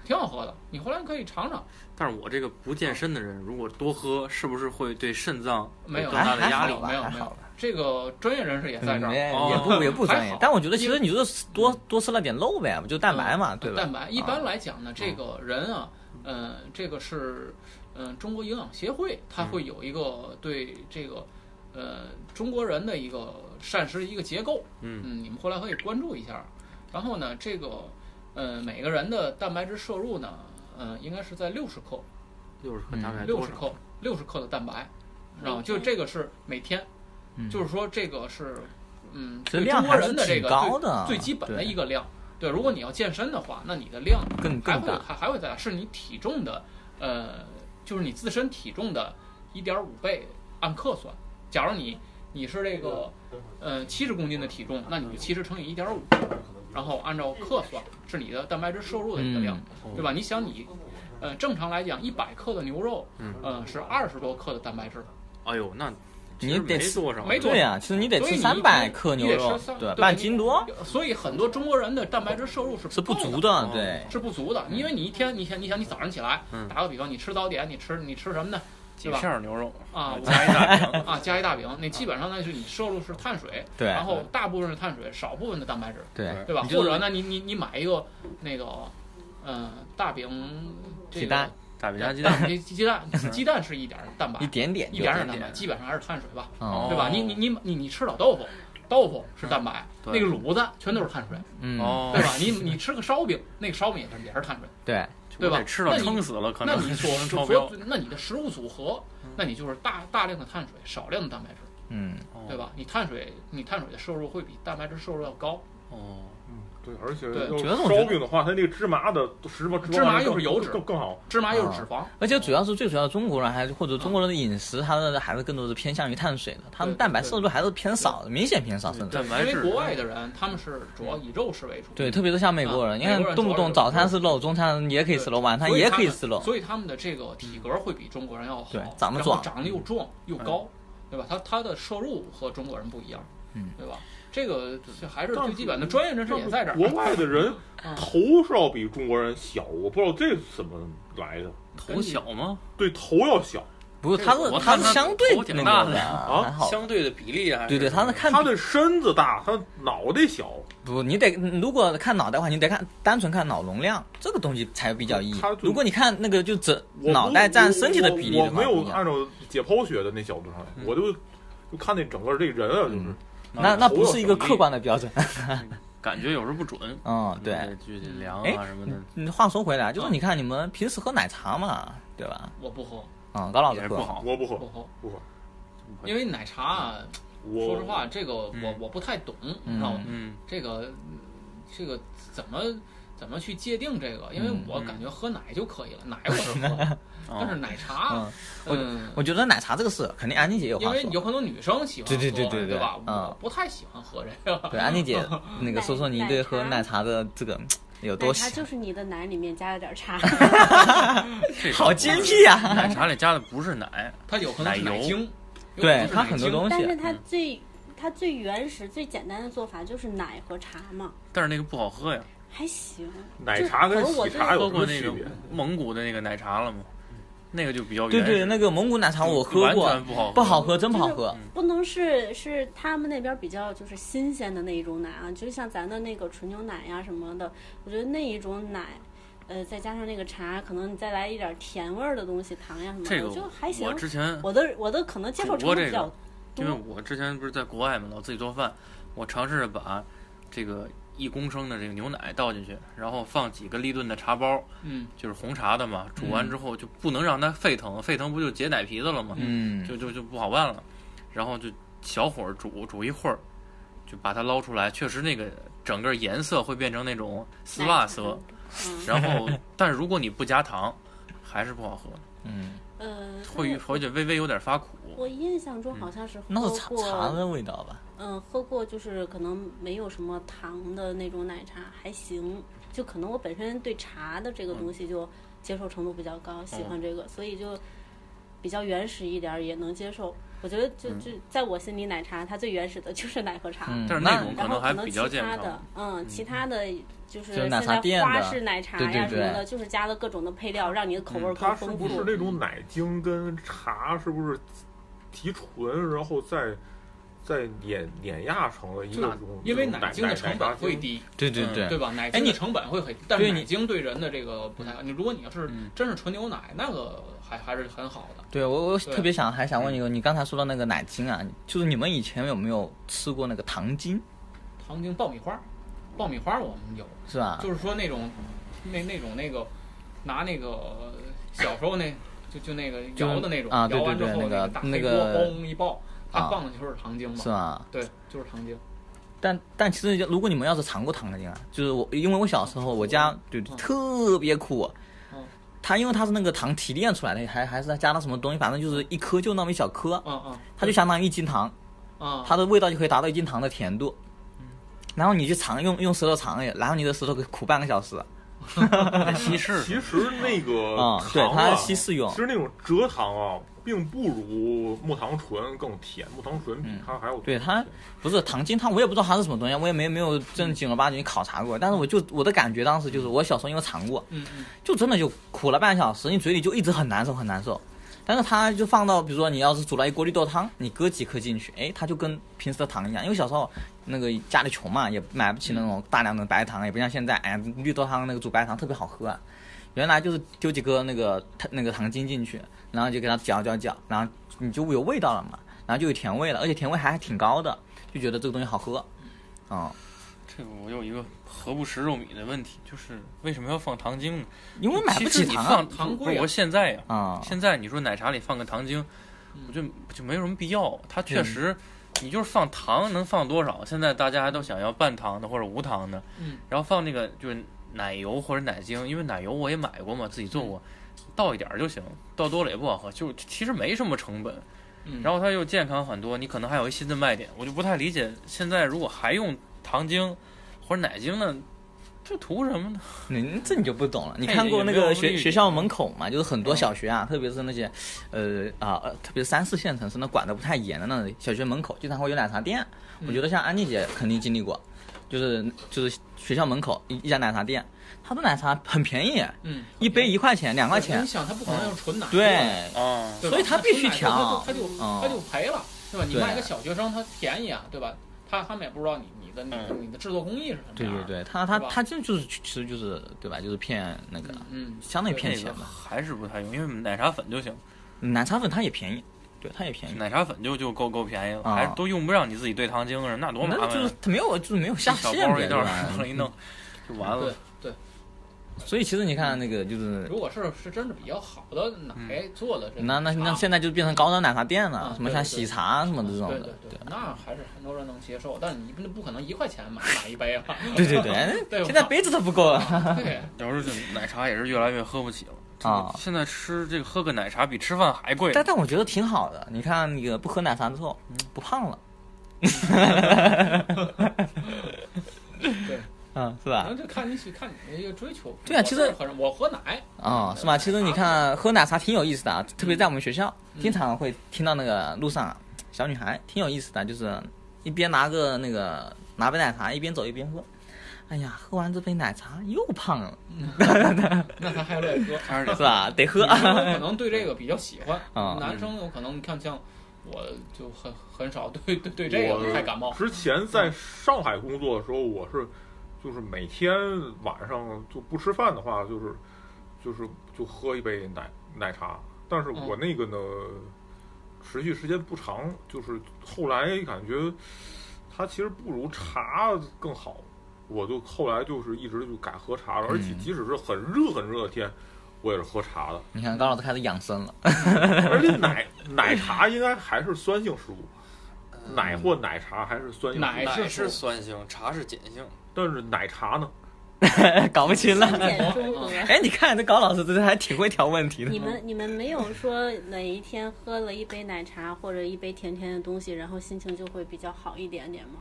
S6: 挺好喝的，你回来可以尝尝。
S4: 但是我这个不健身的人，如果多喝，是不是会对肾脏
S6: 没有
S4: 更大
S2: 还
S4: 的
S2: 还
S4: 压
S2: 好
S4: 力？
S2: 吧
S6: 没有
S2: 还
S6: 没
S2: 好
S6: 有，这个专业人士也在这
S2: 嗯
S6: 儿。
S2: 也
S4: 哦
S2: 也不也不专
S6: 还
S2: 业
S6: 好，
S2: 但我觉得其
S6: 因
S2: 实
S6: 为嗯
S2: 你就是多多吃了点肉呗，不就蛋白嘛，对吧？
S6: 蛋白一
S2: 啊
S6: 般来讲呢，这个人啊，嗯，这个是，嗯，中国营养协会
S2: 嗯
S6: 它会有一个对这个，呃，中国人的一个膳食一个结构，
S4: 嗯
S6: 嗯，你们回来可以关注一下。然后呢，这个，呃，每个人的蛋白质摄入呢，嗯，应该是在六十克，
S4: 六十克
S2: 嗯
S4: 大概
S6: 六
S4: 多
S6: 十
S4: 少？
S6: 克，六十克的蛋白，然后就这个是每天，
S2: 嗯
S6: 就是说这个是，嗯，
S2: 这
S6: 对
S2: 量
S6: 中国
S2: 还是
S6: 人的这
S2: 挺
S6: 个
S2: 高
S6: 最
S2: 的
S6: 最基本的
S2: 啊对
S6: 一个量。对，如果你要健身的话，那你的量
S2: 更
S6: 还
S2: 更
S6: 会
S2: 大。
S6: 还还会在是你体重的，呃，就是你自身体重的一点五倍按克算。假如你你是这个，呃，七十公斤的体重，那你就七十乘以一点五，然后按照克算是你的蛋白质摄入的一个量，
S4: 嗯
S6: 对吧？你想你，呃，正常来讲，一百克的牛肉，
S4: 嗯
S6: 呃，是二十多克的蛋白质，
S4: 哎呦，那其
S2: 你
S4: 实
S2: 得
S4: 没
S2: 吃
S4: 多少，
S6: 没多
S2: 对啊呀，其实你得
S6: 所以
S2: 吃
S6: 你
S2: 三百克牛
S6: 你得
S2: 肉
S6: 吃三，
S2: 对吧，
S6: 对
S2: 半
S6: 你
S2: 斤多
S6: 所以很多中国人的蛋白质摄入是
S2: 是不
S6: 够的
S2: 足的，对。
S6: 是不足的，因为你一天，你想，你想，你早上起来，
S4: 嗯
S6: 打个比方，你吃早点，你吃你吃什么呢？
S4: 几
S6: 对吧？
S4: 片牛肉
S6: 啊，我
S4: 加一大饼，
S6: 啊，加一大饼，那基本上呢是你摄入是碳水，
S2: 对
S6: 然后大部分是碳水，少部分的蛋白质，
S2: 对，
S6: 对吧？
S4: 你就
S6: 或者呢，你你你买一个那个，嗯、大饼这
S2: 鸡
S6: 个
S2: 蛋
S4: 大饼加
S6: 大
S4: 鸡蛋，
S6: 鸡鸡蛋， 鸡蛋是一点儿蛋白，
S2: 一点点就，
S6: 一点儿点儿
S4: 一点
S6: 蛋白，
S4: 点
S6: 基本上还是碳水吧，
S2: 哦
S6: 对吧？你你你你你吃老豆腐，豆腐是蛋白，
S4: 嗯
S6: 那个卤子全都是碳水，
S2: 嗯，
S4: 哦
S6: 对，吧？你你吃个烧饼，那个烧饼也是也是碳水。
S2: 对，
S6: 对吧
S4: 我得吃到撑死了，可
S6: 那
S4: 能
S6: 你 所
S4: 超
S6: 所
S4: 标
S6: 所，那你的食物组合，那你就是大大量的碳水，少量的蛋白质，
S2: 嗯，
S4: 哦
S6: 对吧？你碳水你碳水的摄入会比蛋白质摄入要高，
S4: 哦，
S5: 嗯，对，而且
S6: 对
S5: 要
S2: 觉得我觉得
S5: 烧饼的话，它那个芝麻的芝麻
S6: 芝麻又是油脂
S5: 更更好。
S6: 芝麻又是脂肪，
S2: 而且主要是最主要，中国人还是或者中国人的饮食，他的还是更多是偏向于碳水的，他们蛋白摄入还是偏少，明显偏少，甚至
S4: 蛋哦白
S6: 因为
S4: 质，嗯
S6: 国外的人他们是主要以肉食为主，
S2: 对，特别是像美国人，你看动不动早餐是肉，中餐也可以吃肉，晚餐
S6: 所以
S2: 也
S6: 他
S2: 可以
S6: 们
S2: 吃肉，
S6: 所以他们的这个体格会比中国人要好
S2: 对，长得
S6: 然后
S2: 壮嗯
S6: 长得又壮又高，对吧？他他的摄入和中国人不一样，
S2: 嗯，
S6: 对吧？这个就还是
S5: 但
S6: 最
S5: 是
S6: 基本的，专业人士也在这儿，
S5: 国外的人
S6: 嗯
S5: 头是要比中国人小，我不知道这是怎么来的。
S4: 头小吗？
S5: 对，头要小，
S2: 不是，他是他是相对那个的，还好。
S4: 相对的比例还是
S2: 对对，他是看
S5: 他的身子大，他脑袋小，
S2: 不，你得如果看脑袋的话，你得看单纯看脑容量这个东西才比较意义
S5: 他。就
S2: 如果你看那个就整
S5: 我
S2: 脑袋占身体的比例
S5: 我
S2: 的
S5: 我
S2: 话
S5: 没
S2: 不一
S5: 有
S2: 样，
S5: 按照解剖学的那角度上来，我就就看那整个这人啊，就是
S2: 嗯那那不是一个
S4: 头要
S2: 客观的标准。
S4: 感觉有时候不准，
S2: 嗯，对。
S4: 就得量
S2: 哎
S4: 啊什么的
S2: 你话说回来，就是你看你们平时喝奶茶嘛，对吧？
S6: 我不喝，
S2: 嗯，高老
S4: 也
S2: 师
S4: 是
S2: 喝
S4: 不，好，
S5: 我不喝
S6: 不，喝，
S5: 不喝，
S6: 因为奶茶啊，
S5: 我
S6: 说实话，这个我
S4: 嗯
S6: 我不太懂，你
S2: 嗯
S6: 知道吗？
S4: 嗯，
S6: 这个嗯这个怎么怎么去界定这个？因为
S2: 嗯哦
S6: 我感觉喝奶就可以了，奶我是喝了，但是奶茶，嗯，
S2: 我觉得奶茶这个事，肯定安妮姐有
S6: 因
S2: 话
S6: 为有
S2: 说。
S6: 很多女生喜欢喝，
S2: 对对对对
S6: 对
S2: 对
S6: 吧？
S2: 嗯
S6: 我不太喜欢喝这个，
S2: 对，安妮姐，那个说说你对喝奶茶的这个嗯有
S3: 奶
S2: 多
S3: 茶
S2: 喜
S3: 就是你的奶里面加了点 茶，
S4: 这
S2: 好
S4: 精
S2: 精辟啊！
S4: 奶茶里加的不是奶，
S6: 它有可能是
S4: 奶油
S6: 奶精，有可能
S2: 对
S6: 是
S2: 它
S6: 奶
S2: 很多
S6: 精
S2: 东
S3: 但是
S2: 西，
S4: 嗯
S3: 它最它最原始、最简单的做法就是奶和茶嘛，
S4: 但是那个不好喝呀。
S3: 还行。
S5: 奶茶跟
S3: 就是可能我
S5: 喜
S3: 对
S5: 茶有
S4: 喝过
S5: 什么
S4: 那嗯
S5: 区
S4: 个
S5: 别？
S4: 蒙古的那个奶茶了吗？那个就比较
S2: 对
S4: 原
S2: 对，
S4: 始，
S2: 那个蒙古奶茶我喝
S4: 完
S2: 过，啊
S4: 全不好喝
S2: 不好喝，真不好喝。
S3: 不能是是他们那边比较就是新鲜的那一种奶啊，就是像咱的那个纯牛奶呀、什么的，我觉得那一种奶，呃，再加上那个茶，可能你再来一点甜味儿的东西，糖呀什么的，
S4: 这个
S3: 我就还行
S4: 我。之前
S3: 我的我的可能接受
S4: 煮
S3: 程
S4: 过
S3: 度
S4: 这
S3: 比较
S4: 个
S3: 多
S4: 因为我之前不是在国外嘛，老自己做饭，我尝试着把这个一公升的这个牛奶倒进去，然后放几个立顿的茶包，
S6: 嗯，
S4: 就是红茶的嘛，煮完之后就不能让它沸腾，沸腾不就结奶皮子了吗？
S2: 嗯，
S4: 就就就不好办了，然后就小火儿煮煮一会儿，就把它捞出来，确实那个整个颜色会变成那种丝袜色，
S3: 嗯
S4: 然后但是如果你不加糖，还是不好喝，
S2: 嗯，
S3: 呃，
S4: 会
S3: 但我
S4: 而且微微有点发苦。
S3: 我印象中好像是
S2: 那
S3: 喝
S2: 是茶茶
S3: 过，
S2: 的味道吧？
S3: 嗯，喝过就是可能没有什么糖的那种奶茶，还行。就可能我本身对茶的这个东西就接受程度比较高，喜欢这个，所以就比较原始一点儿也能接受。我觉得就就在我心里，奶茶它最原始的就是奶和茶。
S2: 嗯，
S4: 但是
S2: 那
S4: 那种
S3: 然
S4: 可
S3: 后
S4: 能还比较
S3: 其
S4: 健
S3: 他
S4: 康
S3: 的，嗯，其他的
S2: 就
S3: 就是
S2: 是
S3: 现
S2: 奶
S3: 在
S2: 茶店
S3: 花
S2: 的
S3: 式奶茶
S2: 对对
S3: 呀什么
S2: 对
S3: 的，就是加了各种的配料，让你的口味儿
S5: 它
S3: 更
S5: 是
S3: 丰
S5: 不是
S3: 富。
S5: 那种奶精跟茶是不是提纯，然后再再碾碾压成了一个
S6: 那
S5: 这种
S6: 因为
S5: 这种奶
S6: 奶精的成本会
S5: 奶茶精
S6: 低，
S2: 对对
S4: 嗯
S2: 对哎
S6: 对吧？奶精
S2: 你
S6: 的成本会很，但是
S2: 对你嗯
S6: 奶精对人的这个不太好。你如果你要是真是纯牛奶，那个还还是很好的。
S2: 对我我
S6: 对
S2: 特别想还想问你，你刚才说到那个奶精啊，就是你们以前有没有吃过那个糖精，
S6: 糖精爆米花，爆米花我们有，
S2: 是吧？
S6: 就是说那种那那种那个拿那个呃小时候那就就那个
S2: 就
S6: 摇的那种，
S2: 啊对
S6: 摇完之
S2: 对
S6: 后
S2: 对那个
S6: 大
S2: 那
S6: 黑锅
S2: 个
S6: 嘣一爆，它
S2: 啊
S6: 放的就是糖精嘛
S2: 是。吧？
S6: 对，就是糖精。
S2: 但但其实如果你们要是尝过糖精啊，就是我因为我小时候我家对
S6: 嗯
S2: 特别苦啊
S6: 嗯，
S2: 它因为它是那个糖提炼出来的，还还是加了什么东西，反正就是一颗就那么一小颗，
S6: 嗯嗯
S2: 它就相当于一斤糖，
S6: 嗯，
S2: 它的味道就可以达到一斤糖的甜度。然后你去尝，用用舌头尝，然后你的舌头可以苦半个小时。
S4: 得稀释，
S5: 其实那个糖
S2: 啊
S5: 啊，
S2: 对它稀释用
S5: 其实那种蔗糖啊，并不如木糖醇更甜，木糖醇比它还要
S2: 对它不是糖精，它我也不知道它是什么东西，我也没没有正经儿八经考察过。但是我就我的感觉当时就是，我小时候因为尝过，
S6: 嗯嗯
S2: 就真的就苦了半小时，你嘴里就一直很难受很难受。但是它就放到，比如说你要是煮了一锅绿豆汤，你搁几颗进去，哎，它就跟平时的糖一样。因为小时候那个家里穷嘛，也买不起那种大量的白糖，也不像现在，哎，绿豆汤那个煮白糖特别好喝啊。原来就是丢几颗那个那个糖精进去，然后就给它搅搅搅，然后你就有味道了嘛，然后就有甜味了，而且甜味还挺高的，就觉得这个东西好喝。嗯，
S4: 这个我有一个何不食肉糜的问题，就是为什么要放糖精呢？
S2: 因为买不
S4: 其实
S2: 起
S4: 你
S2: 糖
S4: 放
S2: 啊
S6: 糖
S4: 不是
S6: 贵啊
S4: 我现在呀，
S2: 啊，
S4: 现在你说奶茶里放个糖精，
S6: 嗯
S4: 我就就没有什么必要。它确
S2: 嗯
S4: 实，你就是放糖能放多少？现在大家还都想要半糖的或者无糖的，
S6: 嗯
S4: 然后放那个就是奶油或者奶精，因为奶油我也买过嘛，自己做过，
S6: 嗯
S4: 倒一点儿就行，倒多了也不好喝，就其实没什么成本。
S6: 嗯，
S4: 然后它又健康很多，你可能还有一新的卖点，我就不太理解现在如果还用糖精或者奶精呢，这图什么呢？
S2: 嗯，这你就不懂了。你
S4: 也
S2: 看过
S4: 也
S2: 那
S4: 没有
S2: 个
S4: 什么
S2: 学
S4: 绿
S2: 学
S4: 地
S2: 校
S4: 嗯
S2: 门口嘛，就是很多小学啊，特别是那些，呃啊，呃特别是三四线城市，那管得不太严的那种小学门口，经常会有奶茶店。
S4: 嗯
S2: 我觉得像安妮姐肯定经历过，就是就是学校门口一一家奶茶店，它的奶茶很便宜，
S6: 嗯，
S2: 一杯一块钱、两块
S6: 你
S2: 钱，嗯
S6: 想它不可能要纯奶，
S2: 对，
S4: 啊，
S6: 对吧，
S2: 所以它必须调
S6: 他就
S2: 嗯
S6: 他就赔了，对吧？你
S2: 对
S6: 卖给小学生，他便宜啊，对吧？他他们也不知道你你的你的你的制作工艺是什么
S2: 对
S6: 样
S2: 对对，
S6: 的，
S2: 它它
S6: 是吧
S2: 它这就是其实就是对吧，就是骗那个，
S6: 嗯，
S2: 相当于
S6: 对
S2: 骗
S4: 那
S2: 钱
S4: 个
S2: 吧。
S4: 还是不太用，因为奶茶粉就行，
S2: 奶茶粉它也便宜，对，它也便宜。
S4: 奶茶粉就就够够便宜了，
S2: 啊
S4: 还都用不上你自己兑糖精了，那多麻
S2: 那
S4: 烦啊
S2: 就是
S4: 呀！
S2: 它没有，就是没有下
S4: 小
S2: 限
S4: 包
S2: 呗嗯
S4: 一袋
S2: 对
S4: 儿
S2: 吧
S4: 往上一弄就完了
S6: 对。对，
S2: 所以其实你看那个就是
S6: 如果是是真的比较好的奶做的这个茶，
S2: 嗯那那那现在就变成高端奶茶店了，
S6: 啊
S2: 什么
S6: 对
S2: 像
S6: 对
S2: 喜茶什么这种
S6: 对
S2: 的，
S6: 对对，那还是很多人能接受，但你不不可能一块钱买 买一杯啊。
S2: 对对啊对
S6: 对
S2: 现在杯子都不够了。
S6: 对，
S4: 要是这奶茶也是越来越喝不起了
S2: 啊
S4: 现在吃这个喝个奶茶比吃饭还贵。
S2: 但但我觉得挺好的，你看那个不喝奶茶之后，嗯不胖了。
S6: 对，
S2: 嗯，是
S6: 然
S2: 吧
S6: 后？就看你去看你的一个追求。
S2: 对啊其实
S6: 我是很我喝奶，
S2: 啊、是吧？其实你看喝奶茶挺有意思的啊，特别在我们学校，
S6: 嗯
S2: 经常会听到那个路上小女孩挺有意思的，就是一边拿个那个拿杯奶茶，一边走一边喝。哎呀，喝完这杯奶茶又胖了，
S6: 那他还 有点喝。
S4: 还是
S2: 是吧？得喝
S6: 女生有可能对这个比较喜欢，
S2: 啊
S6: 男生有可能你看像我就很很少对对对这
S5: 我
S6: 个太感冒。
S5: 之前在上海工作的时候，我是就是每天晚上就不吃饭的话，就是就是就喝一杯奶奶茶。但是
S6: 嗯
S5: 我那个呢，持续时间不长，就是后来感觉它其实不如茶更好。我就后来就是一直就改喝茶了，而且
S2: 嗯
S5: 即使是很热很热的天，我也是喝茶的。
S2: 你看高老师开始养生了，
S5: 而且 奶奶茶应该还是酸性食物，奶或奶茶还是酸性食物
S6: 嗯奶
S7: 奶
S6: 是
S7: 是酸性，茶是碱性。
S5: 但是奶茶呢？
S2: 搞不清了。
S3: 点中和。
S2: 哎，你看这高老师，这还挺会挑问 题的。
S3: 你们你们没有说哪一天喝了一杯奶茶或者一杯甜甜的东西，然后心情就会比较好一点点吗？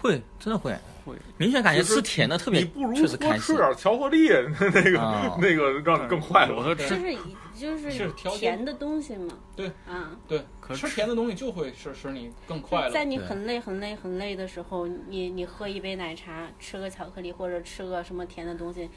S2: 会真的会
S4: 会，
S2: 明显感觉
S5: 其实
S2: 吃甜的特别
S5: 你不如
S2: 确实
S5: 多
S2: 开
S5: 吃
S2: 心。
S5: 点巧克力，那个、
S2: 哦
S5: 那个
S4: 嗯
S5: 让你更快
S4: 有
S5: 乐。
S4: 的
S3: 就
S4: 吃，
S3: 是以就是
S6: 是调节
S3: 甜的东西嘛。
S6: 对
S3: 啊，
S6: 对，
S4: 可
S6: 吃
S4: 吃
S6: 甜的东西就会使使你更快
S3: 就在
S6: 乐。
S3: 你
S2: 对
S3: 很累很累很累的时候，你你喝一杯奶茶，吃个巧克力或者吃个什么甜的东西，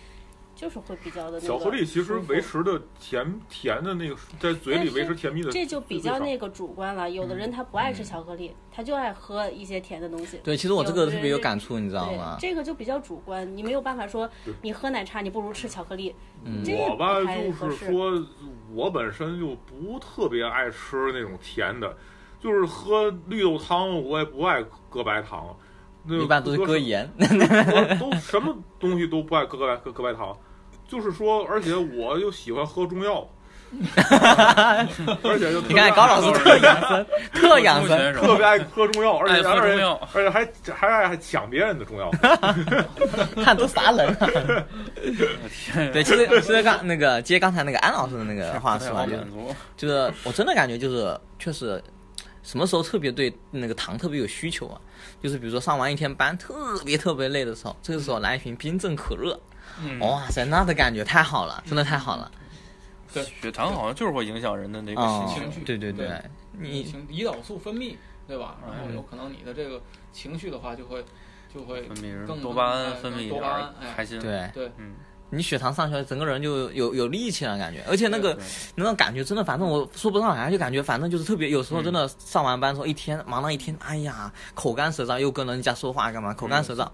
S3: 就是会比较的那个
S5: 巧克力其实
S3: 舒服
S5: 维持的甜甜的那个，在嘴里维持甜蜜的，
S3: 这就比较那个主观了。有的人他不爱吃巧克力，他就爱喝一些甜的东西。
S2: 对，其实我这个
S3: 有的
S2: 特别有
S3: 人
S2: 感触，你知道
S3: 对
S2: 吗，？
S3: 这个就比较主观，你没有办法说
S5: 对
S3: 你喝奶茶你不如吃巧克力。这
S5: 我吧
S3: 不太
S5: 就
S3: 合
S5: 是
S3: 适
S5: 说，我本身就不特别爱吃那种甜的，就是喝绿豆汤我也不爱搁白糖，那
S2: 一般都是搁盐。
S5: 我 都什么东西都不爱搁白搁搁白糖，就是说，而且我又喜欢喝中药，而且就特
S2: 你
S5: 别爱
S2: 看高老师特养生， 特养生。
S4: 中学时
S5: 特
S4: 候
S5: 别爱喝中药，而且
S4: 爱喝
S5: 而
S4: 中
S5: 且
S4: 药
S5: 而且还还爱还抢别人的中药，
S2: 看都啥人啊？
S5: 啊
S2: 对，其实其实刚那个接刚才那个安老师的那个话
S4: 不
S2: 说啊，
S4: 太好
S2: 就
S4: 满足。
S2: 就是我真的感觉就是确实，什么时候特别对那个糖特别有需求啊？就是比如说上完一天班特别特别累的时候，这个时候来一瓶冰镇可乐，哇塞，那的感觉太好了，真的太好了。
S4: 血糖好像就是会影响人的那个
S2: 啊
S4: 心情。
S6: 情绪
S2: 对对对
S6: 对，
S4: 嗯
S2: 你
S6: 情胰岛素分泌，对吧？然后有可能你的这个情绪的话，就会就会
S4: 分泌
S6: 更
S4: 多巴胺
S6: 哎
S4: 分泌一
S6: 多
S4: 点
S6: 巴
S4: 儿
S6: 胺，哎，
S4: 开心。，
S2: 对。
S6: 对，
S4: 嗯，
S2: 你血糖上去了，整个人就有有力气了感觉，而且那个
S4: 对
S2: 那种感觉真的，反正我说不上来，就感觉反正就是特别，有时候真的上完班之后一天忙了一天，哎呀，口干舌燥，又跟人家说话干嘛，口干舌
S4: 嗯
S2: 燥，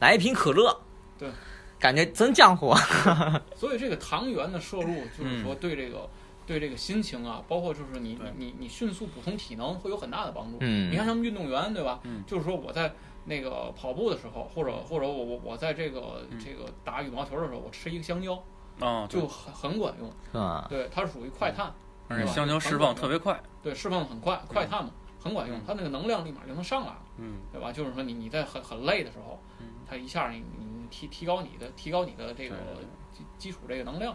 S2: 来一瓶可乐，
S6: 对，
S2: 感觉真降火，
S6: 所以这个糖原的摄入，
S4: 嗯
S6: 就是说对这个、对这个心情啊，包括就是你你你你迅速补充体能会有很大的帮助。
S2: 嗯
S6: 你看像运动员对吧？
S4: 嗯
S6: 就是说我在那个跑步的时候，或者或者我我我在这个、这个打羽毛球的时候，我吃一个香蕉
S4: 嗯啊，对啊嗯
S6: 就很很管用。
S2: 是吧？
S6: 对，它是属于快碳，
S4: 而且香蕉释放特别快。
S6: 对，释放的很快，快碳嘛，很管用，它那个能量立马就能上来了，
S4: 嗯，
S6: 对吧？就是说你你在很很累的时候，它一下你你你提提高你的提高你的这个
S4: 对
S6: 基基础这个能量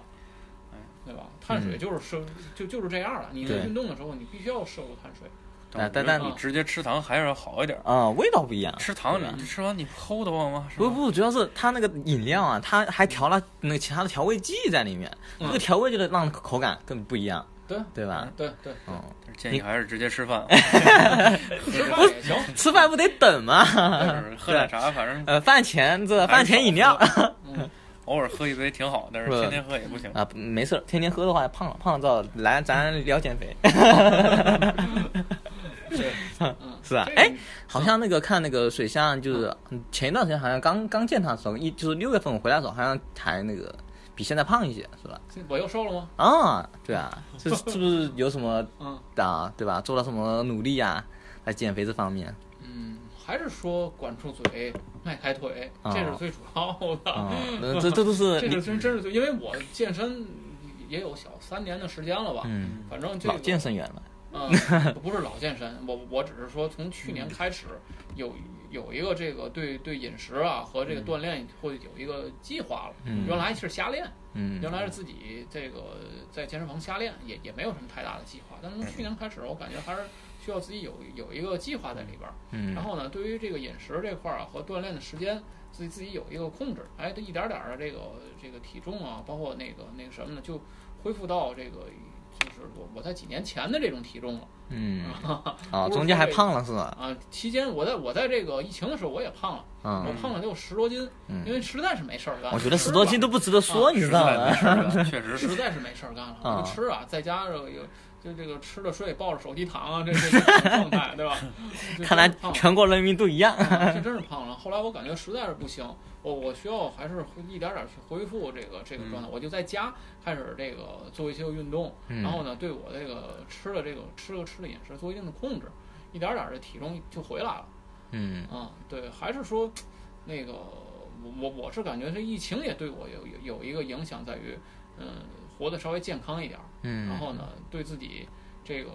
S4: 哎，
S6: 对吧？碳水就是摄、就就是这样了。你在
S2: 嗯对
S6: 运动的时候，你必须要摄入碳水，
S2: 但
S4: 但
S2: 但
S4: 你直接吃糖还是要好一点儿。
S2: 啊、味道不一样。
S4: 吃糖你吃完你齁得慌吗？是吧
S2: 不不，主要是它那个饮料啊，它还调了那个其他的调味剂在里面，
S6: 嗯
S2: 这个调味就得让口感更不一样，
S6: 对
S2: 对吧？
S6: 啊对 对，
S2: 嗯，
S4: 建议还是直接吃 饭，
S6: 吃饭也行。
S2: 吃饭不得等吗？
S4: 就是 喝奶茶，反正
S2: 呃，饭前这饭前饮料。
S4: 偶尔喝一杯挺好，但是
S2: 不
S4: 天天喝也不行。
S2: 啊，没事儿，天天喝的话胖了，胖了之后来咱聊减肥，
S6: 嗯，
S2: 是吧
S6: 这？个
S2: 哎，好像那个看那个水象，就是前一段时间好像刚刚见他的时候，一就是六月份我回来的时候，好像还那个比现在胖一些，是吧？
S6: 这我又瘦了吗？
S2: 啊，对啊，是是不是有什么
S6: 嗯
S2: 啊，对吧？做了什么努力啊，在减肥这方面？
S6: 嗯，还是说管住嘴，迈开腿，这是最主要的。
S2: 啊，那这这都是
S6: 嗯这
S2: 你
S6: 个真真是最，因为我健身也有小三年的时间了吧，
S2: 嗯
S6: 反正这
S2: 老
S6: 个
S2: 健身员了，
S6: 嗯，不是老健身，我我只是说从去
S2: 嗯
S6: 年开始有有一个这个对对饮食啊和这个锻炼会有一个计划了。
S2: 嗯
S6: 原来是瞎练，
S2: 嗯，
S6: 原来是自己这个在健身房瞎练，也也没有什么太大的计划。但是从
S2: 嗯
S6: 去年开始，我感觉还是需要自己有有一个计划在里边儿。
S2: 嗯
S6: 然后呢，对于这个饮食这块儿啊和锻炼的时间，自己自己有一个控制，哎，这一点儿点儿的这个这个体重啊，包括那个那个什么呢，就恢复到这个就是我我在几年前的这种体重了
S2: 嗯
S6: 啊
S2: 啊，
S6: 不是
S2: 中间还
S6: 说这
S2: 胖了是吧？
S6: 啊。期间我在我在这个疫情的时候我也胖了，我
S2: 嗯，
S6: 胖了得有十多斤，
S2: 嗯
S6: 因为实在是没事儿干。
S2: 我觉得十多斤
S6: 都
S2: 都不值得说，
S6: 啊
S2: 你知道啊
S4: 实在没
S2: 吗？
S4: 事儿干确实是
S6: 实在是没事儿干了，
S2: 啊
S6: 我就吃啊，在家这个有就这个吃着睡，抱着手机躺啊，这这这种状态 对吧？就
S2: 看来
S6: 真是胖了
S2: 全国人民都一样。
S6: 啊这真是胖了。后来我感觉实在是不行，我我需要还是一点点去恢复这个这个状态。我就在家开始这个做一些运动，
S2: 嗯
S6: 然后呢，对我这个吃的这个吃的吃的饮食做一定的控制，一点点的体重就回来了。
S2: 嗯
S6: 嗯，对，还是说那个我我我是感觉这疫情也对我有有有一个影响，在于嗯活得稍微健康一点儿，
S2: 嗯，
S6: 然后呢对自己这个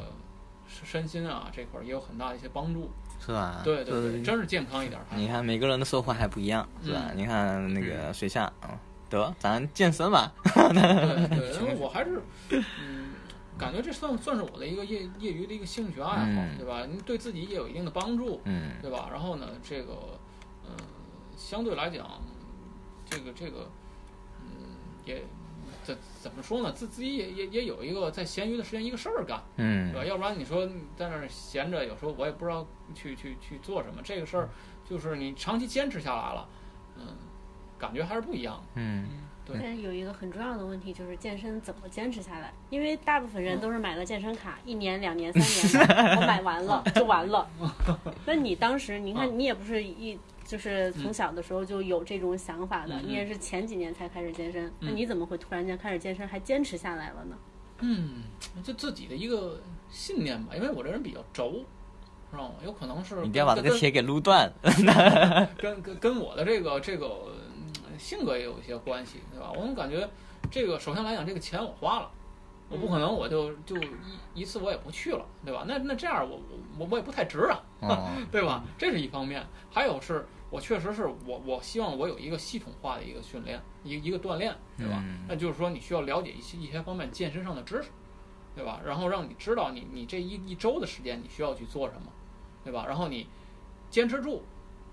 S6: 身身心啊这块儿也有很大的一些帮助。
S2: 啊是吧？
S6: 对对
S2: 这
S6: 对，嗯真是健康一点儿还好。
S2: 你看每个人的收获还不一样，是吧？你看那个水下，嗯得咱健身吧，
S6: 对对，因为我还是，嗯，感觉这算算是我的一个业业余的一个兴趣爱好，
S2: 嗯
S6: 对吧？你对自己也有一定的帮助，
S2: 嗯
S6: 对吧？然后呢，这个，嗯、相对来讲，这个这个，嗯，也怎怎么说呢？自自己也也也有一个在闲余的时间一个事儿干，
S2: 嗯
S6: 对吧？要不然你说你在那儿闲着，有时候我也不知道去去去做什么。这个事
S2: 嗯
S6: 儿就是你长期坚持下来了，嗯，感觉还是不一样的。
S2: 嗯
S3: 但是有一个很重要的问题就是健身怎么坚持下来？因为大部分人都是买了健身卡，一年、两年、三年，我买完了就完了。那你当时，你看你也不是一就是从小的时候就有这种想法的，
S6: 嗯嗯
S3: 你也是前几年才开始健身，那你怎么会突然间开始健身还坚持下来了呢？
S6: 嗯，就自己的一个信念吧，因为我这人比较轴，知道吗？有可能是
S2: 你不要把这个
S6: 跟
S2: 铁给撸断。
S6: 跟跟跟我的这个这个嗯性格也有一些关系，对吧？我总感觉这个首先来讲，这个钱我花了，我不可能我就就一一次我也不去了，对吧？那那这样我我我我也不太值啊，
S2: 哦，
S6: 对吧？这是一方面，还有是我确实是我我希望我有一个系统化的一个训练，一一个锻炼，对吧？
S2: 嗯
S6: 那就是说你需要了解一些一些方面健身上的知识，对吧？然后让你知道你你这一一周的时间你需要去做什么，对吧？然后你坚持住，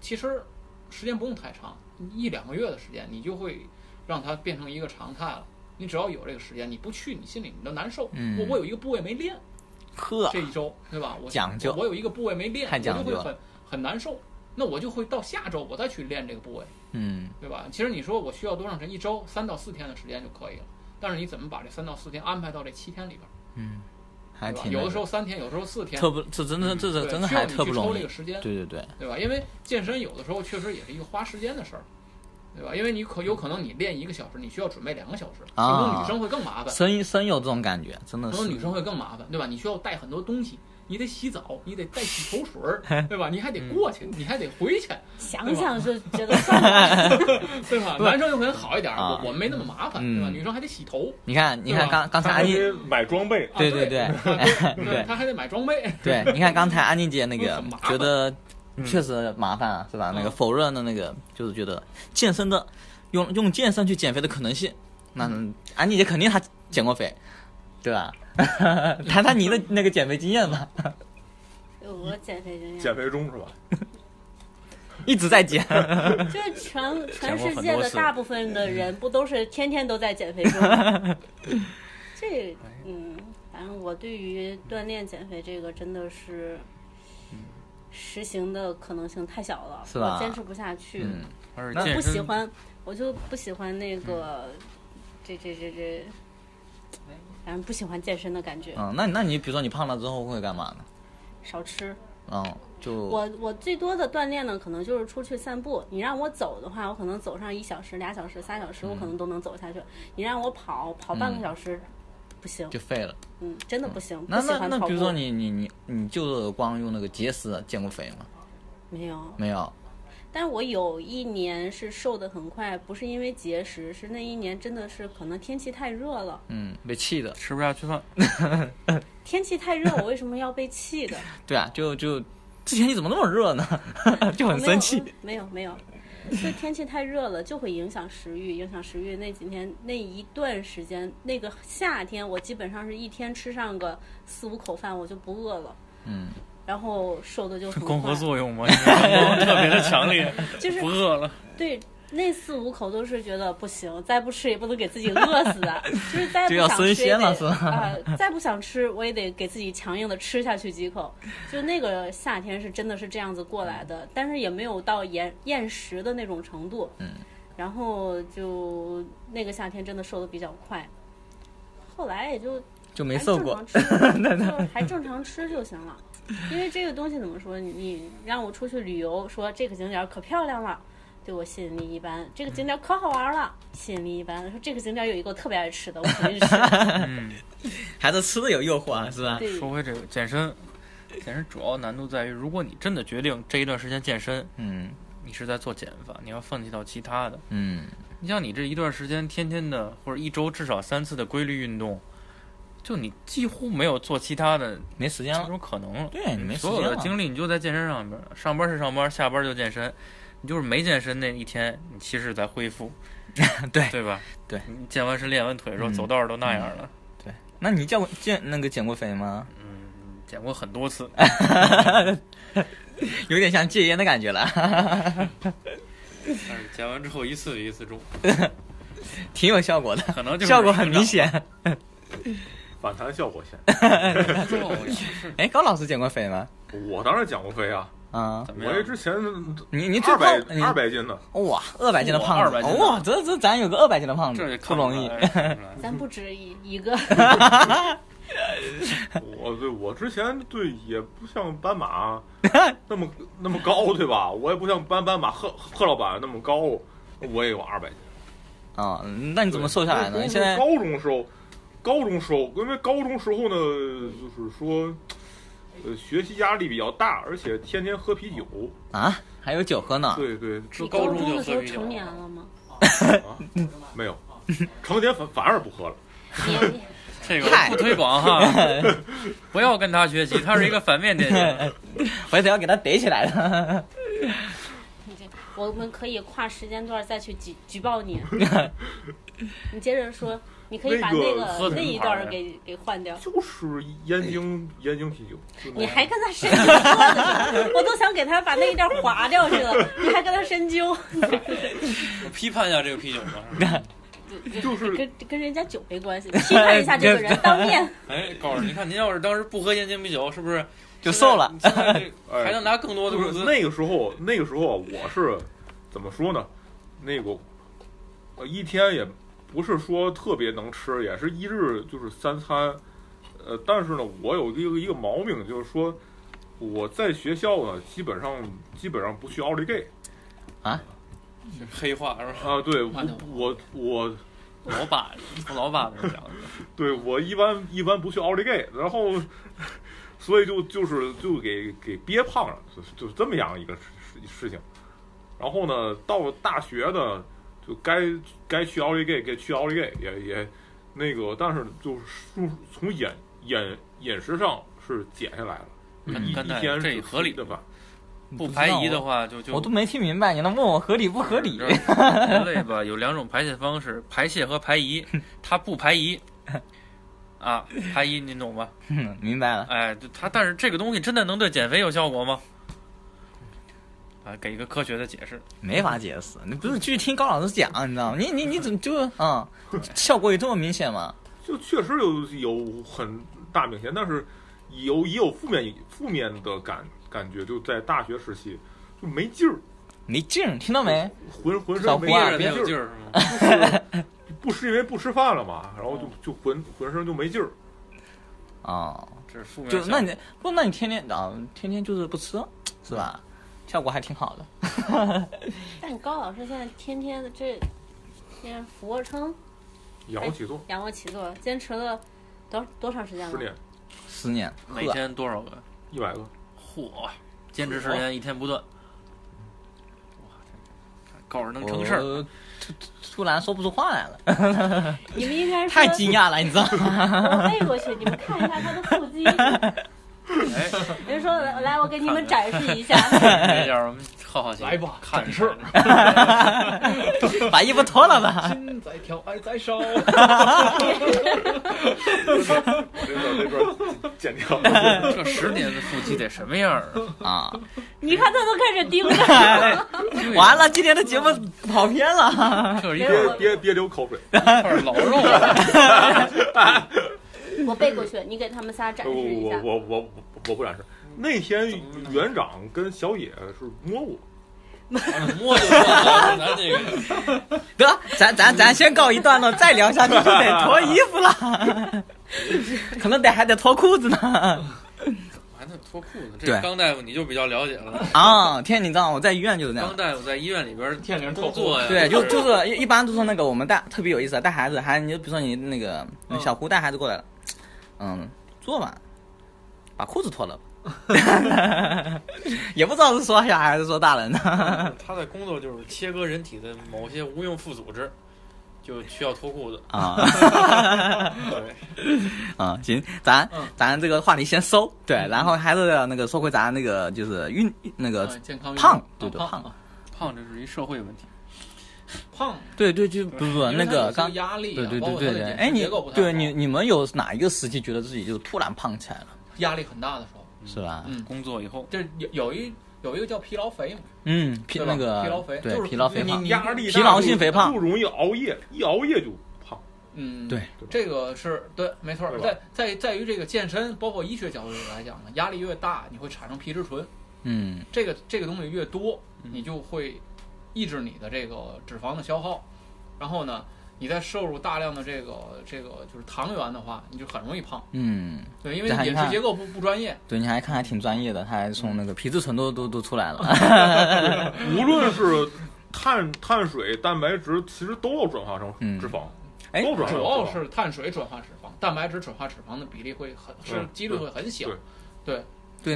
S6: 其实时间不用太长，一两个月的时间你就会让它变成一个常态了。你只要有这个时间，你不去，你心里你都难受。
S2: 嗯
S6: 我我有一个部位没练，
S2: 呵
S6: 这，一周，对吧？我
S2: 讲究
S6: 我有一个部位没练，
S2: 太讲究
S6: 我就
S2: 了
S6: 会很很难受。那我就会到下周我再去练这个部位，
S2: 嗯
S6: 对吧？其实你说我需要多长时间？一周三到四天的时间就可以了。但是你怎么把这三到四天安排到这七天里边儿？
S2: 嗯，还
S6: 对吧
S2: 挺
S6: 有的
S2: 那
S6: 时
S2: 个
S6: 候三天，有的时候四天，
S2: 特不，这真的这
S6: 对
S2: 这真的
S6: 需要
S2: 还
S6: 你去
S2: 特不
S6: 抽
S2: 容
S6: 这
S2: 易
S6: 个。时间，
S2: 对对对，
S6: 对吧？因为健身有的时候确实也是一个花时间的事儿，对吧？因为你可有可能你练一个小时，你需要准备两个小时，
S2: 啊
S6: 可能女生会更麻烦，
S2: 深深有这种感觉，真的
S6: 可能女
S2: 是。
S6: 生会更麻烦，对吧？你需要带很多东西，你得洗澡，你得带 洗头水儿，对吧？你还
S2: 嗯
S6: 得过去，你还得回去，
S3: 想想就觉得算了，
S6: 对吧？男生有可能好一点儿，
S2: 啊
S6: 我我们没那么麻烦，对吧？
S2: 嗯
S6: 女生还得洗头，
S2: 你看，你看
S6: 对吧
S2: 刚刚才
S5: 他还
S2: 安妮，
S5: 得买装备，
S6: 啊
S2: 对
S6: 对
S2: 对对
S6: 啊对
S2: 嗯对
S6: 她还得买装备，
S2: 对，你看刚才安妮姐那个
S6: 很麻，烦
S2: 觉得确实麻烦啊，是吧？那个
S6: 嗯
S2: 否认的那个，就是觉得健身的用用健身去减肥的可能性，那
S6: 嗯
S2: 安妮姐肯定她减过肥，对吧？ 谈谈你的那个减肥经验吧，
S3: 我减肥经验。
S5: 啊减肥中是吧？
S2: 一直在 减，
S3: 就是全全
S4: 讲过
S3: 世
S4: 很
S3: 界
S4: 多
S3: 的
S4: 次嗯
S3: 大部分的人不都是天天都在减肥吗？ 这嗯，反正我对于锻炼减肥这个真的是实行的可能性太小了，
S2: 是吧
S3: 我坚持不下去，
S2: 嗯，
S4: 而
S2: 那
S4: 且
S3: 我不
S4: 健
S3: 喜
S4: 身
S3: 欢，我就不喜欢那个、
S4: 嗯
S3: 这这这这，反正不喜欢健身的感觉，
S2: 嗯，那你那你比如说你胖了之后会干嘛呢？
S3: 少吃。
S2: 嗯，就
S3: 我我最多的锻炼呢，可能就是出去散步。你让我走的话，我可能走上一小时、俩小时、仨小时，我
S2: 嗯
S3: 可能都能走下去。你让我跑跑半个小时，不行，
S2: 就废了。
S3: 嗯，真的不行，不
S2: 那
S3: 喜
S2: 那
S3: 欢
S2: 那
S3: 跑步。
S2: 啊比如说你你你你就是光用那个节食减过肥吗？
S3: 没有，
S2: 没有，
S3: 但我有一年是瘦的很快，不是因为节食，是那一年真的是可能天气太热了。
S2: 嗯，被气的。
S4: 吃不下去饭，
S3: 天气太热，我为什么要被气的？
S2: 对啊，就就之前你怎么那么热呢？ 就很
S3: 没有嗯
S2: 生气。。
S3: 没有没有，就天气太热了，就会影响食欲，影响食欲。那几天那一段时间，那个夏天，我基本上是一天吃上个四五口饭，我就不饿了。
S2: 嗯，
S3: 然后瘦的就 很
S4: 光合
S3: 快
S4: 作用嘛，你知道吗特别的强烈，
S3: 就是
S4: 不饿 了。
S3: 对。那四五口都是觉得不行，再不吃也不能给自己饿 死啊！就是再不
S2: 就要
S3: 想吃
S2: 升
S3: 也
S2: 仙
S3: 得
S2: 了是吧
S3: 啊、再不想吃我也得给自己强硬的吃下去几口。就那个夏天是真的是这样子过来的，但是也没有到厌厌食的那种程度。
S2: 嗯。
S3: 然后就那个夏天真的瘦的比较快，后来也就
S2: 就
S3: 还
S2: 没瘦
S3: 正
S2: 过
S3: 常。吃，就还正常吃就行了。因为这个东西怎么说，你你让我出去旅游，说这个景点儿可漂亮了，对我吸引力一般；这个景点儿可好玩了，吸引力一般。说这个景点儿有一个我特别爱吃的，我肯定吃。
S4: 嗯，
S2: 还是吃的有诱惑啊，是吧？
S3: 对
S4: 说回这个健身，健身主要难度在于，如果你真的决定这一段时间健身，
S2: 嗯
S4: 你是在做减法，你要放弃到其他的。
S2: 嗯，
S4: 你像你这一段时间天天的，或者一周至少三次的规律运动，就你几乎没有做其他的，
S2: 没时间
S4: 这
S2: 了。
S4: 种可能了。
S2: 对，你没时
S4: 所有
S2: 间
S4: 的
S2: 了。
S4: 精力你就在健身上边儿，上班是上班，下班就健身。你就是没健身那一天，你其实在恢复，
S2: 对
S4: 对吧？
S2: 对，
S4: 你健完身练完腿之后，
S2: 嗯
S4: 走道儿都那样了。
S2: 那你叫过减那个减过肥吗？
S4: 嗯，减过很多次，
S2: 哎有点像戒烟的感觉了，
S4: 但是减完之后一次比一次重，
S2: 挺有效果的，
S4: 可能就是
S2: 效果很明显。
S5: 反弹效果线。
S4: 成长。我去
S2: 哎，高老师减过肥吗？
S5: 我当然减过肥啊，
S2: 啊，
S4: 怎么
S5: 我这
S4: 样？
S5: 之前
S2: 你你最
S5: 二百
S2: 胖你
S5: 二百斤呢，
S2: 哇，二百斤的胖
S4: 哇
S2: 子，
S4: 200斤的
S2: 哇，这这咱有个二百斤的胖
S4: 这也
S2: 子，不
S4: 看出来
S2: 容易。
S4: 看出 来
S3: 咱不止一一 个，
S5: 我对我之前对也不像斑马那么那么高对吧？我也不像斑斑马贺贺老板那么高，我也有二百斤。
S2: 啊，嗯那你怎么瘦下来呢？
S5: 对
S2: 现在
S5: 高中时候，高中时候，因为高中时候呢，就是说，呃，学习压力比较大，而且天天喝啤酒。
S2: 啊，还有酒喝呢。
S5: 对对，
S3: 你高
S4: 高中就
S3: 的时候
S4: 喝啤酒
S3: 成年
S4: 了
S3: 了 吗？
S5: 没有，成天反反而不喝了。
S3: 你
S4: 这个我不推广哈， 不要跟他学习，他是一个反面典型。
S2: 回头要给他逮起来了。
S3: 你这，我们可以跨时间段再去举举报你。你接着说，你可以把
S5: 那个
S3: 那
S4: 喝
S3: 个那
S4: 的
S3: 一
S4: 那块儿
S3: 段儿给给换掉。
S5: 就是燕京燕京啤酒，就那
S3: 你还跟他深究呢，我都想给他把那一段划掉去了，你还跟他深究，
S4: 我批判一下这个啤酒吧。
S5: 就是
S3: 跟跟人家酒没关系，批判一下这个 人，当面
S4: 哎，告诉你看，您要是当时不喝燕京啤酒，是不是
S2: 就瘦了
S4: 现在这
S5: 哎
S4: 还能拿更多的
S5: 就
S4: 工
S5: 是
S4: 资？
S5: 那个时候，那个时候啊我是怎么说呢？那个呃，一天也不是说特别能吃，也是一日就是三餐。呃，但是呢，我有一个一个毛病，就是说我在学校呢，基本上基本上不去奥利给
S4: 黑话是吧？
S5: 啊。对，我
S6: 那就
S5: 我我
S4: 老板，从老板那讲的，
S5: 对我一般一般不去奥利给，然后所以就就是就给给憋胖了，就是就是这么样一个事事情。然后呢，到了大学呢，就该该去奥利给，该去奥利给，也也那个，但是就是从从饮饮饮食上是减下来了，
S4: 嗯
S5: 一一
S4: 干脆
S5: 天
S4: 这
S5: 是
S4: 合理
S5: 吃一顿饭。
S4: 不排遗的
S2: 话，
S4: 话就就
S2: 我都没听明白，你能问我合理不合理？
S4: 人类吧有两种排泄方式，排泄和排遗。它不排遗啊，排遗您懂吧？
S2: 嗯 明白了，
S4: 哎，就它但是这个东西真的能对减肥有效果吗？啊，给一个科学的解释。
S2: 没法解释。你不是去听高老师讲，啊你知道吗？你你你怎么就啊、效果有这么明显吗？
S5: 就确实有有很大明显，但是有也有负面负面的感感觉，就在大学时期就没劲儿。
S2: 没劲儿，听到没？
S5: 浑浑
S2: 小
S5: 身没
S2: 胡啊
S5: 劲儿
S4: 没有
S5: 没
S4: 劲
S5: 劲儿，
S4: 儿是吗？
S5: 不是因为不吃饭了嘛，然后就就浑浑身就没劲儿。
S2: 哦，
S4: 这是负面效
S2: 就
S4: 果。
S2: 那你不，那你天天啊、天天就是不吃，是吧？效果还挺好的。
S3: 但你高老师现在天天的这，那是俯卧撑、
S5: 仰卧起坐
S3: 仰卧起坐，坚持了多多长时间
S5: 十
S3: 了？
S5: 年
S2: 十年，
S4: 每
S2: 呵
S4: 天多少个？
S5: 一百个，
S4: 嚯，坚持时间一天不断，狗儿能
S2: 我
S4: 成事儿。
S2: 突突突然说不出话 来了，
S3: 你们应该是
S2: 太
S3: 说
S2: 惊讶了，你知道吗？
S3: 我背 过去，你们看一下他的腹肌。人说来，我给你们展示一下。
S4: 这要是好好奇，
S6: 来吧，
S4: 看
S6: 展
S4: 一
S6: 示
S4: 看。
S2: 把衣服脱了 吧。
S6: 心在跳，爱在烧。
S2: 呃
S5: 这段这段剪 掉。
S4: 这十年的腹肌得什么样儿啊？
S2: 啊，
S3: 你看他都开始盯
S4: 哎
S3: 着，
S2: 完了，今天的节目跑偏 了。
S4: 啊这是一
S5: 别
S4: 块
S5: 别别流口水，
S4: 块老肉 啊，
S3: 我背过去，你给他们仨展
S5: 我
S3: 示一
S5: 我
S3: 下。嗯
S5: 我我我不然是那天园长跟小野是摸我，
S7: 摸就算了，咱这个
S2: 得，咱咱咱先告一段落，再聊下去就得脱衣服了，可能得还得脱裤子呢。
S7: 还能脱裤子。
S2: 对
S7: 这刚大夫你就比较了解了，
S2: 啊，天，你知道我在医院就是这样
S7: 刚。大夫在医院里边
S6: 天灵透
S7: 工
S6: 过
S7: 作呀，
S2: 对，就就是一一般都是那个我们带特别有意思啊，带孩子，还你就比如说你那个那小胡带孩子过来了，嗯，坐吧，把裤子脱了吧，也不知道是说小孩还是说大人呢。
S7: 他的工作就是切割人体的某些无用副组织，就需要脱 裤子。
S2: 啊
S7: 对，
S2: 啊，行，咱
S6: 嗯
S2: 咱这个话题先收，对，然后还是那个说回咱那个就是运那个
S6: 嗯健康运动
S2: 胖，对
S6: 嗯
S2: 对
S6: 胖
S2: 胖，
S6: 啊
S4: 胖这是一社会问题。
S6: 胖，
S2: 对对就不不
S6: 因为
S2: 那
S6: 它
S2: 个
S6: 有
S2: 刚
S6: 些压力啊，
S2: 对对
S6: 包
S2: 对
S6: 括
S2: 对
S6: 它
S2: 对，
S6: 的饮食
S2: 哎你
S6: 结构不太
S2: 对
S6: 好
S2: 你你们有哪一个时期觉得自己就突然胖起来了，
S6: 压力很大的时候，
S2: 是吧？
S6: 嗯
S4: 工作以后，
S6: 这有有一有一个叫疲劳肥嘛，
S2: 嗯，疲
S6: 对吧
S2: 那个
S6: 疲劳肥就
S2: 对
S6: 是
S2: 疲劳肥
S6: 你
S2: 胖
S6: 你，
S5: 压力大
S2: 疲劳性肥胖
S5: 不容易熬夜，一熬夜就 胖。
S6: 嗯，
S2: 对，
S6: 这个是对，没错儿，
S5: 对吧
S6: 在在在于这个健身，包括医学角度来讲呢，压力越大，你会产生皮质醇，
S2: 嗯
S6: 这个这个东西越多，你就会抑制你的这个脂肪的消耗，然后呢，你再摄入大量的这个这个就是糖原的话，你就很容易胖，
S2: 嗯，
S6: 对，因为
S2: 这还
S6: 饮食
S2: 看
S6: 结构不不专业，
S2: 对，你还看还挺专业的，他还从那个皮质醇都都都出来了，
S5: 无论是碳碳水、蛋白质，其实都要转化成
S2: 嗯
S5: 脂肪，
S2: 哎
S5: 都转化成脂肪
S6: 主要是碳水转化脂肪，蛋白质转化脂肪的比例会很是
S5: 嗯
S6: 几率会很小
S5: 对，
S6: 对，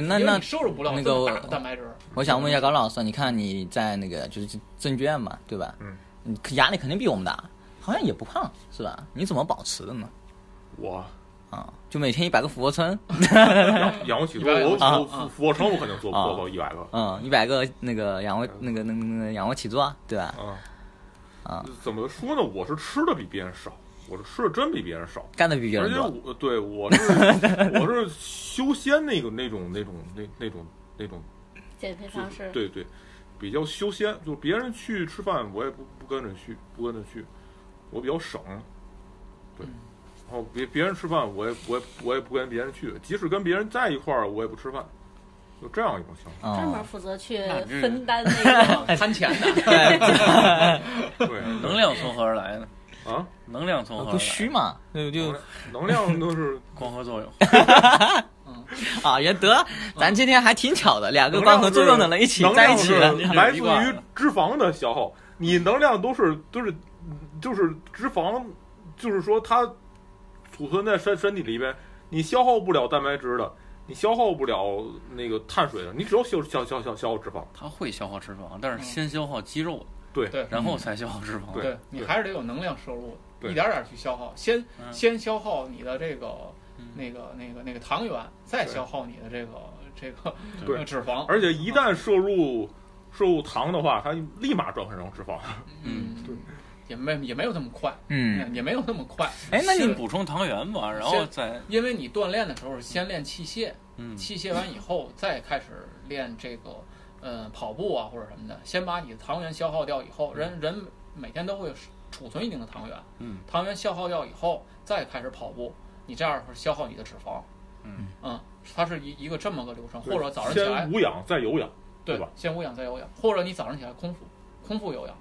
S2: 对，那
S6: 因为
S2: 那
S6: 你摄入不了
S2: 那
S6: 这么
S2: 个
S6: 大的蛋白质，
S2: 我想问一下高老师，你看你在那个就是证券嘛，对吧？
S5: 嗯，
S2: 你压力肯定比我们大，好像也不胖是吧？你怎么保持的呢？
S5: 我
S2: 啊，就每天一百个俯卧撑，
S5: 仰仰卧起坐，我
S2: 啊
S5: 我俯俯卧撑我肯定做不
S2: 啊
S5: 做到一百个。
S2: 嗯，一百个那个仰卧那个那个那个仰卧起坐，对吧？
S5: 啊
S2: 啊，
S5: 怎么说呢？我是吃的比别人少，我是吃的真比别人少，
S2: 干的比别
S5: 而
S2: 人
S5: 且
S2: 多，
S5: 我对我是我是修仙那个那种那种那那种那种，
S3: 减肥
S5: 就
S3: 方
S5: 是
S3: 式，
S5: 对对，比较修仙，就是别人去吃饭，我也不不跟着去，不跟着去，我比较省，对。然后别别人吃饭，我也我也我也不跟别人去，即使跟别人在一块儿，我也不吃饭，就这样一种相处。
S3: 专
S2: 嗯
S3: 门，负责去
S4: 那你这
S3: 分担 那
S2: 哎
S3: 个。
S6: 贪钱 的，
S5: 对
S4: 能量从何而来呢？
S5: 啊，
S4: 能量从何而
S2: 不虚
S4: 来？
S2: 嘛，就就
S5: 能量都是
S4: 光合 作用。
S2: 啊，也得，咱今 天还挺巧的，两个光合作用的人一起
S5: 能
S2: 在
S5: 量
S2: 一起
S5: 是
S2: 了，
S5: 来自于脂肪的消耗，你能量都是都是就是脂肪，就是说它储存在身身体里边，你消耗不了蛋白质的，你消耗不了那个碳水的，你只要消消消消消耗脂肪。
S4: 它会消耗脂肪，但是先消耗肌肉，
S5: 对
S6: 对
S4: 然后才消耗脂肪。
S5: 对
S6: 对你还是得有能量摄入，
S5: 对
S6: 一点儿点儿去消耗，先
S4: 嗯
S6: 先消耗你的这个
S4: 嗯
S6: 那个那个那个糖原，再消耗你的这个这个
S5: 对
S6: 呃 脂肪，
S5: 而且一旦摄入摄入糖的话，它立马转换成脂肪。
S6: 嗯，也没也没有那么快，
S2: 嗯，
S6: 也没有那么快，
S2: 哎，那
S4: 先
S2: 你
S4: 补充糖原吧，然后再
S6: 因为你锻炼的时候先练器械，
S4: 嗯，
S6: 器械完以后再开始练这个呃跑步啊或者什么的，先把你的糖原消耗掉以后，人人每天都会储存一定的糖原，
S4: 嗯，
S6: 糖原消耗掉以后再开始跑步，你这样会消耗你的脂肪，
S4: 嗯
S6: 它是一一个这么个流程，或者早上起来
S5: 先无氧再有氧，
S6: 对
S5: 吧？
S6: 先无氧再有氧，或者你早上起来空腹，空腹有氧，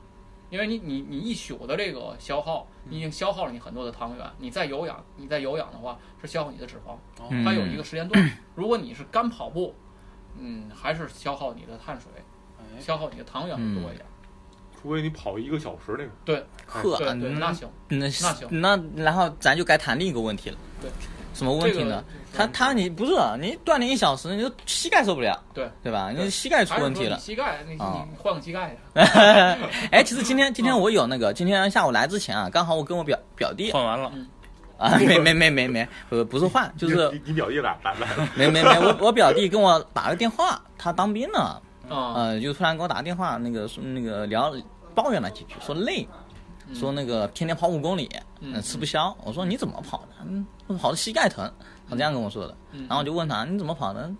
S6: 因为你你你一宿的这个消耗，你已经消耗了你很多的糖原，你再有氧，你再有氧的话是消耗你的脂肪，
S4: 嗯
S6: 它有一个时间段。 如果你是干跑步，嗯，还是消耗你的碳水，
S4: 哎
S6: 消耗你的
S2: 嗯
S6: 糖原会多一点。
S5: 除非你跑一个小时那种。
S6: 对
S2: 呵
S6: 对对，那
S2: 那
S6: 行，
S2: 那
S6: 那行
S2: 那然后咱就该谈另一个问题了。
S6: 对，
S2: 什么问题呢？他他你不是你锻炼一小时，你的膝盖受不了，
S6: 对
S2: 对吧？你的膝盖出问题
S6: 还是说
S2: 了
S6: 你。膝盖，你
S2: 啊
S6: 你换个膝盖去。
S2: 哎，其实今天今天我有那个，今天下午来之前啊，刚好我跟我表表弟
S4: 换完了，
S2: 啊，没没没没没，不不是换，就是
S5: 你你表弟来来来，
S2: 没没没，我我表弟跟我打个电话，他当兵呢，
S6: 啊，
S2: 呃，就突然给我打个电话，那个说那个聊抱怨了几句，说累，说那个天天跑五公里，
S6: 嗯
S2: 嗯，吃不消。我说你怎么跑的？嗯，我跑的膝盖疼，他这样跟我说的。
S6: 嗯
S2: 然后我就问他你怎么跑的？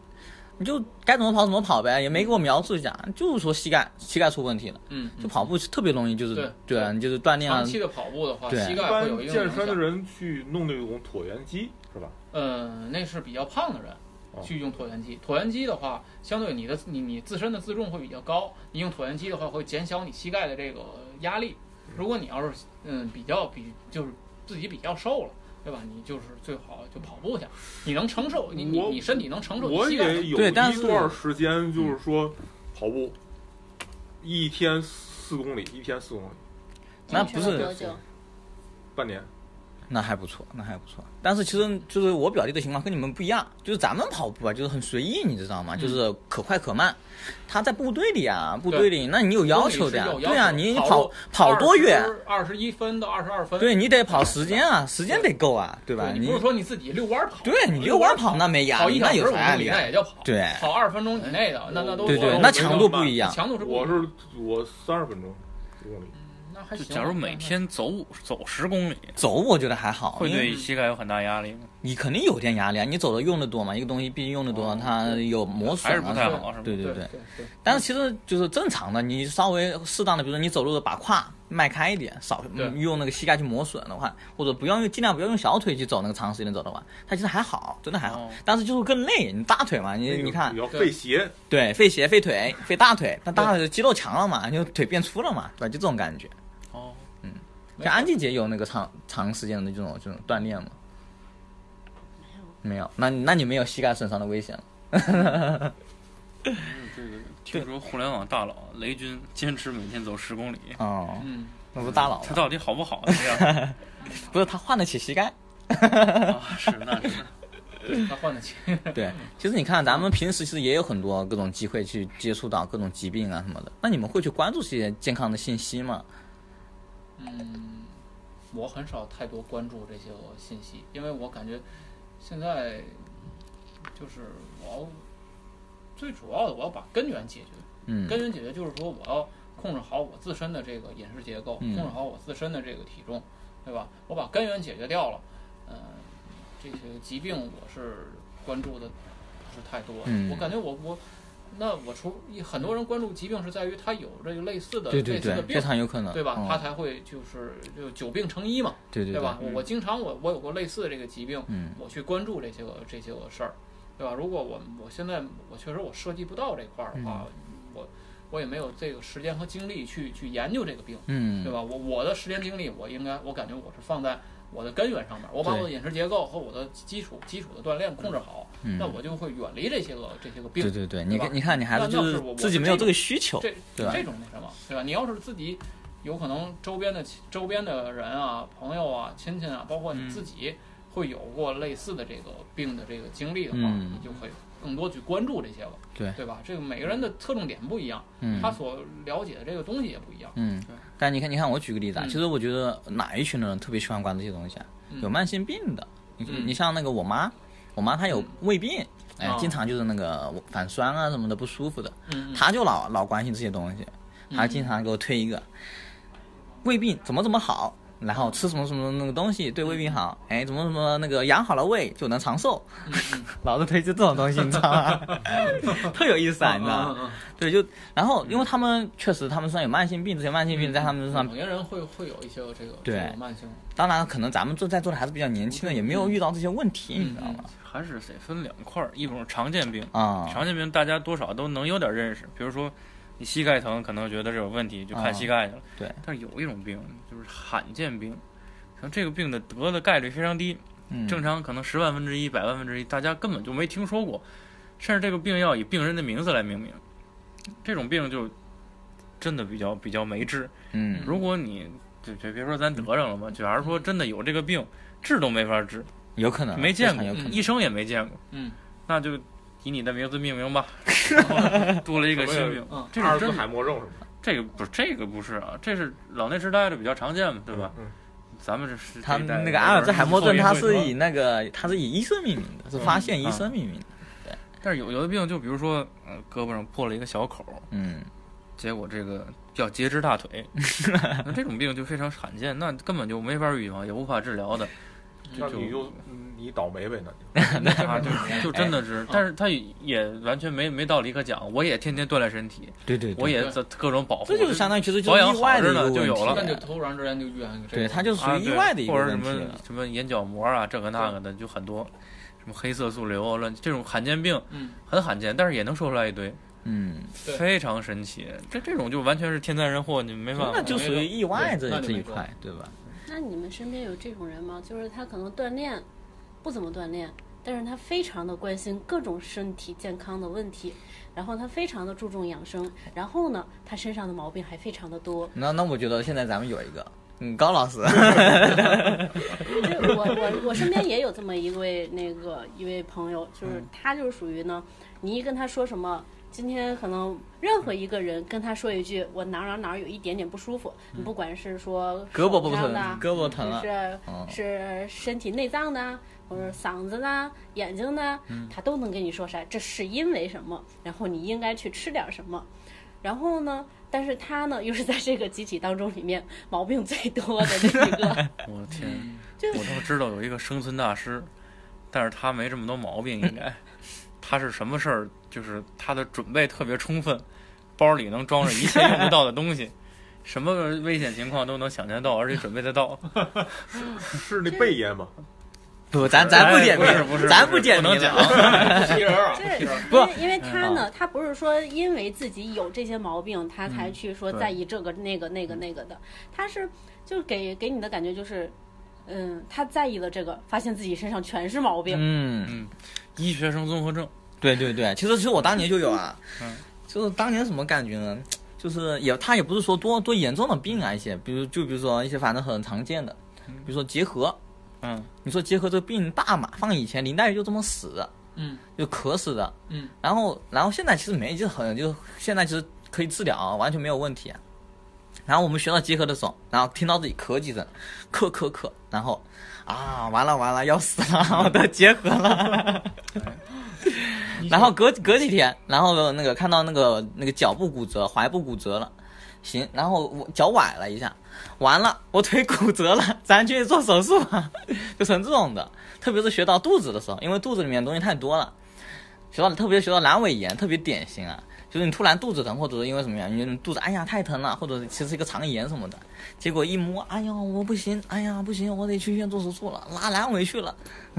S2: 你就该怎么跑怎么跑呗，也没给我描述一下，就是说膝盖膝盖出问题了，
S6: 嗯，
S2: 就跑步特别容易，就是
S6: 对
S2: 对啊，你就是锻炼啊
S6: 长，期的跑步的话，
S2: 对
S6: 膝
S5: 一
S6: 盖
S5: 般
S6: 会有一定的
S5: 健
S6: 影
S5: 身的
S6: 响。
S5: 人去弄那种椭圆机是吧？
S6: 嗯，那是比较胖的人
S5: 哦
S6: 去用椭圆机。椭圆机的话，相对你的你你自身的自重会比较高，你用椭圆机的话会减小你膝盖的这个压力。如果你要是嗯比较比就是自己比较瘦了。对吧？你就是最好就跑步去，你能承受，你你
S5: 我
S6: 你身体能承受。
S5: 我
S6: 你膝盖
S5: 也有
S2: 对
S5: 一
S2: 但是嗯
S5: 段时间就是说跑步，一天四公里，一天四公里，
S2: 那
S3: 坚持
S2: 不
S3: 了
S2: 是
S3: 多久？
S5: 半年。
S2: 那还不错，那还不错。但是其实就是我表弟的情况跟你们不一样，就是咱们跑步啊，就是很随意，你知道吗？
S6: 嗯
S2: 就是可快可慢。他在部队里啊，部队里，那你有要求的呀
S6: 部队里是有要求的
S2: 对啊，你
S6: 跑
S2: 跑跑多远？？
S6: 二十一分到二十二分。
S2: 对你得跑时间啊，时间得够啊，对吧？
S6: 对，你不是说你自己遛弯儿跑？
S2: 对你遛弯跑那没压
S6: 跑
S2: 力，
S6: 一小
S2: 那
S6: 时
S2: 有
S6: 五
S2: 啥压
S6: 公里
S2: 力
S6: 那
S2: 啊？
S6: 也叫跑，
S2: 对
S6: 跑二十分钟以内的，那那都
S2: 对对，
S6: 我
S2: 那
S5: 没
S2: 强
S5: 那
S2: 度
S5: 么
S2: 不
S5: 慢
S2: 一样。
S6: 强度是不
S5: 我
S6: 一样
S5: 是我三十分钟四公里，
S6: 那还
S4: 就
S6: 行。
S4: 假如每天走五走十公里，
S2: 走我觉得还好，
S4: 会
S2: 因为
S4: 对膝盖有很大压力吗？
S2: 你肯定有点压力啊。你走的用的多嘛，一个东西毕竟用的
S6: 哦
S2: 多，它有磨损
S4: 还是
S2: 啊
S4: 不太
S2: 什么
S4: 好是吧
S2: 对对
S6: 对
S2: 对。
S6: 对，
S2: 但是其实就是正常的，你稍微适当的，比如说你走路的把胯迈开一点，少
S6: 对
S2: 嗯用那个膝盖去磨损的话，或者不要用尽量不要用小腿去走那个长时间走的话，它其实还好，真的还好
S4: 哦。
S2: 但是就是更累，你大腿嘛，
S5: 那
S2: 你
S5: 个
S2: 你看
S5: 比，较
S6: 对
S5: 费鞋，
S2: 对，费鞋、费腿、费大腿，那大腿肌肉强了嘛，就腿变粗了嘛，对吧？就这种感觉。
S4: 哦，
S2: 像安静姐有那个长长时间的这种这种锻炼吗？没有，那你那你没有膝盖损伤的危险了。
S4: 这个听说互联网大佬雷军坚持每天走十公里，
S2: 哦，
S6: 嗯，
S2: 那不是大佬
S4: 他
S2: 吗？
S4: 到底好不好？这 样
S2: 不是他换得起膝盖。
S4: 啊，是那是
S6: 那换得起。
S2: 对，其实你看，咱们平时其实也有很多各种机会去接触到各种疾病啊什么的。那你们会去关注这些健康的信息吗？
S6: 嗯， 我很少太多关注这些信息，因为我感觉现在就是我要最主要的，我要把根源解决。
S2: 嗯
S6: 根源解决就是说，我要控制好我自身的这个饮食结构，
S2: 嗯
S6: 控制好我自身的这个体重，对吧？我把根源解决掉了，嗯、这些疾病我是关注的不是太多。
S2: 嗯
S6: 我感觉我我那我除很多人关注疾病是在于他有这个类似的
S2: 对对
S6: 类似
S2: 对
S6: 的，病
S2: 非，常有可能，
S6: 对吧？
S2: 嗯
S6: 他才会就是就久病成医嘛，
S2: 对对
S6: 对
S2: 对
S6: 吧？我我经常我我有过类似的这个疾病，
S2: 嗯
S6: 我去关注这些个这些个事儿，对吧？如果我我现在我确实我涉及不到这块儿的话，
S2: 嗯
S6: 我我也没有这个时间和精力去去研究这个病，
S2: 嗯，
S6: 对吧？我我的时间精力，我应该我感觉我是放在我的根源上面，我把我的饮食结构和我的基础基础的锻炼控制好，
S2: 嗯
S6: 那我就会远离这些个这些个病
S2: 对。对对，你
S6: 吧
S2: 看你看，你还
S6: 那
S2: 是就
S6: 那是
S2: 是
S6: 我我
S2: 自
S6: 是
S2: 己没
S6: 这
S2: 有这
S6: 种
S2: 个需求，
S6: 这
S2: 对吧
S6: 这种那什么，对吧？你要是自己有可能周边的亲周边的人啊、朋友啊、亲戚啊，包括
S2: 嗯
S6: 你自己会有过类似的这个病的这个经历的话，
S2: 嗯
S6: 你就会更多去关注这些了，
S2: 对
S6: 对吧？这个每个人的侧重点不一样，
S2: 嗯
S6: 他所了解的这个东西也不一样。
S2: 嗯
S4: 对。
S2: 但你看，你看，我举个例子啊，
S6: 嗯
S2: 其实我觉得哪一群的人特别喜欢关注这些东西啊？
S6: 嗯
S2: 有慢性病的，你
S6: 嗯
S2: 你像那个我妈，我妈她有胃病，哎
S6: 哦，
S2: 经常就是那个反酸啊什么的不舒服的，
S6: 嗯，
S2: 他就老老关心这些东西，他经常给我推一个胃病怎么怎么好，然后吃什么什么那个东西对胃病好，哎，怎么怎么那个养好了胃就能长寿， 老是推荐这种东西，你知道吗？特有意思啊，你知道
S6: 嗯嗯
S2: 吗？对，就然后因为他们确实他们身上有慢性病，这些慢性病在他们身上
S6: 某些人会嗯会有一些这个这
S2: 对
S6: 个慢性，
S2: 当然，可能咱们坐在座的还是比较年轻的，也没有遇到这些问题，
S6: 嗯
S2: 你知道吗？
S4: 还是得分两块儿，一种是常见病，
S2: 啊、
S4: 常见病大家多少都能有点认识，比如说你膝盖疼，可能觉得这有问题就看膝盖去了。
S2: 对，
S4: 但是有一种病就是罕见病，可能这个病的得的概率非常低，
S2: 嗯，
S4: 正常可能十万分之一、百万分之一，大家根本就没听说过，甚至这个病要以病人的名字来命名。这种病就真的比较比较没治。
S2: 嗯，
S4: 如果你就别别说咱得上了吧，就还是说真的有这个病，治都没法治。
S2: 有可能
S4: 没见
S2: 啊非常有
S4: 过
S2: 可，能
S4: 一生也没见过，
S6: 嗯，
S4: 那就以你的名字命 名吧，多了一个新名
S6: 嗯，
S4: 这
S5: 阿
S4: 种
S5: 尔兹
S4: 真
S5: 海默症什么的，
S4: 这个不是这个不是啊，这是老年痴呆的比较常见嘛，对吧？
S5: 嗯
S4: 咱们这是
S2: 他
S4: 这一代
S2: 那个阿尔兹海默症，他是
S4: 有人
S2: 以那个他是以医生命名的，是发现医生命名的。
S4: 但是有有的病，就比如说，呃，胳膊上破了一个小口，
S2: 嗯，
S4: 结果这个要截肢 大腿，那这种病就非常罕见，那根本就没法预防，也无法治 疗的，
S5: 那
S4: 就
S5: 你就嗯你倒霉呗，那就。
S4: 啊， 就就真的
S2: 哎嗯
S4: 是，但是他也完全没没道理可讲。我也天天锻炼身体，
S2: 对对
S4: 我也在各种保护，
S2: 这就是相当于其实就
S4: 保
S2: 是
S4: 养
S2: 意外
S4: 好
S2: 的一
S4: 着
S2: 个
S4: 呢
S2: 问题啊
S4: 就有了
S6: 那就突然之间就遇上一个这个，
S2: 对，他就是属
S4: 啊
S2: 于意
S4: 对
S2: 外的一个
S4: 或者
S2: 问
S4: 什
S2: 题啊
S4: 么
S2: 了。
S4: 什么眼角膜啊，这个那个的就很多，什么黑色素瘤啊乱这种罕见病
S6: 嗯，
S4: 很罕见，但是也能说出来一堆，
S2: 嗯，
S6: 对
S4: 非常神奇。这这种就完全是天灾人祸，你没办
S2: 嗯那
S4: 法。
S2: 就属于意外这
S6: 对那就
S2: 这一
S6: 没辙
S2: 块，对吧？。
S3: 那你们身边有这种人吗？就是他可能锻炼不怎么锻炼，但是他非常的关心各种身体健康的问题，然后他非常的注重养生，然后呢，他身上的毛病还非常的多
S2: 那那我觉得现在咱们有一个，嗯，高老师，
S3: 就是我我我身边也有这么一位那个一位朋友，就是他就是属于呢，你一跟他说什么。今天可能任何一个人跟他说一句“我哪儿哪儿哪儿有一点点不舒服”，你不管是说
S2: 胳膊不
S3: 手
S2: 疼
S3: 上的啊，
S2: 胳膊疼
S3: 就
S2: 了，
S3: 是
S2: 嗯
S3: 是身体内脏的啊，或者嗓子呢、眼睛呢，他都能跟你说啥，这是因为什么，然后你应该去吃点什么。然后呢，但是他呢， 又是在这个集体当中里面毛病最多的那一个。
S4: 我的天，
S3: 就
S4: 我都知道有一个生存大师，但是他没这么多毛病，应该。他是什么事儿？就是他的准备特别充分，包里能装着一切用不到的东西，什么危险情况都能想象到，而且准备得到。
S5: 是那贝爷吗？
S2: 不，咱咱不
S4: 哎
S2: 点
S4: 不是不
S2: 名，
S4: 是，
S2: 咱
S4: 不是
S2: 点
S4: 不
S2: 名
S4: 能
S2: 了
S4: 讲。
S7: 踢人啊！
S3: 这
S2: 不
S3: 因为因为他呢，他不是说因为自己有这些毛病，他才去说
S4: 对
S3: 在意这个、那个、那个、那个的，他是就是给给你的感觉就是，嗯，他在意了这个，发现自己身上全是毛病。
S2: 嗯，
S4: 医学生综合症，
S2: 对对对，其实其实我当年就有啊，
S4: 嗯
S2: 就是当年什么感觉呢？就是也他也不是说多多严重的病啊，一些，比如就比如说一些反正很常见的，比如说结核，
S4: 嗯，
S2: 你说结核这个病大嘛，放以前林黛玉就这么死的，
S6: 嗯，
S2: 就渴死的，
S6: 嗯，
S2: 然后然后现在其实没，就是很就是现在其实可以治疗啊，完全没有问题啊、然后我们学到结核的时候，然后听到自己咳几声，咳咳咳，然后啊完了完了要死了， 我得结核了。 然后隔隔几天，然后那个看到那个那个脚部骨折、踝部骨折了，行，然后我脚崴了一下，完了我腿骨折了，咱去做手术吧， 就成这种的。特别是学到肚子的时候，因为肚子里面东西太多了，学到特别学到阑尾炎特别典型啊，就是你突然肚子疼，或者是因为什么原因，你肚子哎呀太疼了，或者其实是一个肠炎什么的，结果一摸，哎呀我不行，哎呀不行，我得去医院做手术了，拉阑尾去了，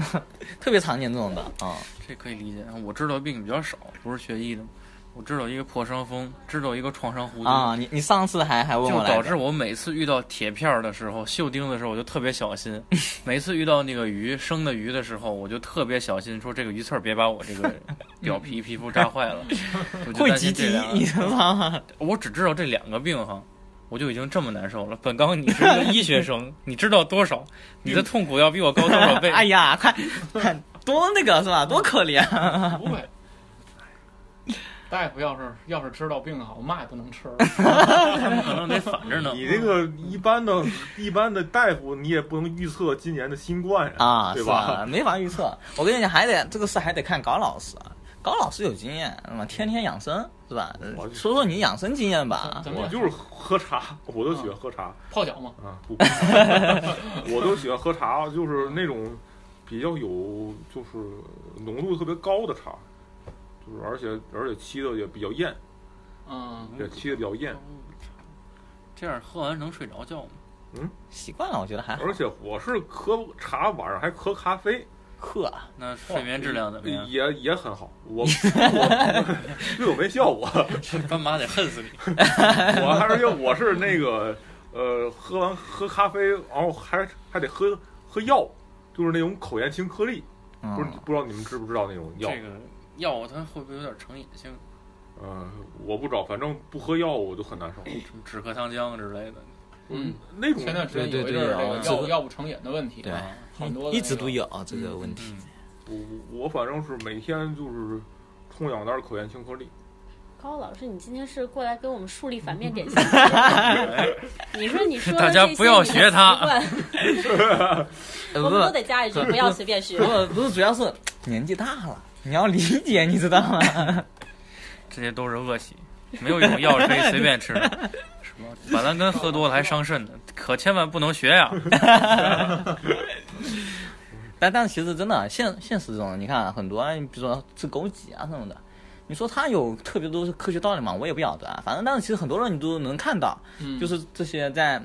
S2: 特别常见这种的啊、
S4: 这可以理解。我知道病比较少，不是学医的，我知道一个破伤风，知道一个创伤弧度
S2: 啊！你你上次还还问
S4: 就
S2: 我来着，
S4: 导致我每次遇到铁片儿的时候、锈钉的时候，我就特别小心；每次遇到那个鱼生的鱼的时候，我就特别小心，说这个鱼刺儿别把我这个表 皮皮肤扎坏了。我就
S2: 会
S4: 担
S2: 集
S4: 心这
S2: 体
S4: 两，
S2: 你
S4: 个。
S2: 知道 吗？
S4: 我只知道这两个病哈，我就已经这么难受了。本刚，你是一个医学 生，你知道多少？你的痛苦要比我高多少倍？
S2: 哎呀，太太多那个是吧？多可 怜！
S6: 不会。 大夫要是要是知道病好，嘛也不能吃。
S4: 可能得反着呢。
S5: 你这个一般的、一般的大夫，你也不能预测今年的新冠呀，
S2: 啊，
S5: 对
S2: 是
S5: 吧？
S2: 啊，没法预测。我跟你讲，还得这个事还得看高老师啊，高老师有经验，那么天天养生是吧？呃
S5: 我
S2: 说说你养生经验吧。
S6: 咱
S5: 我
S6: 们
S5: 就是喝茶，我都喜欢喝茶
S6: 泡脚嘛，
S5: 啊，不， 我都喜欢喝茶，就是那种比较有就是浓度特别高的茶，就是而且而且沏的也比较艳，
S6: 嗯，
S5: 也沏的比较艳，
S4: 这样喝完能睡着觉吗？
S2: 习惯了，我觉得还好。
S5: 而且我是喝茶晚上还喝咖啡，
S2: 呵，
S4: 那睡眠质量怎么样？
S5: 也也很好， 我我对我没效果。
S4: 这斑马得恨死你！
S5: 我还是因为我是那个呃，喝完喝咖啡，然后还还得喝喝药，就是那种口咽清颗粒，不是
S2: 嗯，
S5: 不知道你们知不知道那种药？
S4: 这个药它会不会有点成瘾性？
S5: 呃嗯、我不知道，反正不喝药我就很难受。
S4: 什么止咳糖浆之类的，
S6: 嗯，
S5: 那种
S6: 前段时间
S2: 对
S6: 有
S2: 对
S6: 一阵儿
S2: 对
S6: 这
S2: 啊
S6: 个
S2: 这
S6: 药
S2: 个
S6: 药物成瘾的问题
S2: 对
S6: 啊，很多的
S2: 一
S6: 那嗯
S2: 直都
S6: 个
S2: 有这个问
S4: 嗯
S2: 题。
S5: 我我反正是每天就是冲两袋可盐青颗粒，
S3: 高老师，你今天是过来给我们树立反面典型的？你说你说的
S4: 大家
S3: 这些
S4: 不要
S3: 你的
S4: 学他
S3: 习惯
S2: 呃
S6: 嗯
S3: 我
S2: 不
S3: 们都
S2: 是
S3: 得加一句，不要随 便学。
S2: 不是不是，主要是年纪大了，你要理解，你知道 吗？
S4: 这些都是恶习，没有一种药是可以随便 吃的。什么板蓝根喝多了还伤肾呢，可千万不能学 呀！
S2: 但但其实真的现现实中，你看很多，你比如说吃枸杞啊什么的，你说它有特别多的科学道理嘛？我也不晓得啊。反正但是其实很多人你都能看到，
S6: 嗯
S2: 就是这些在，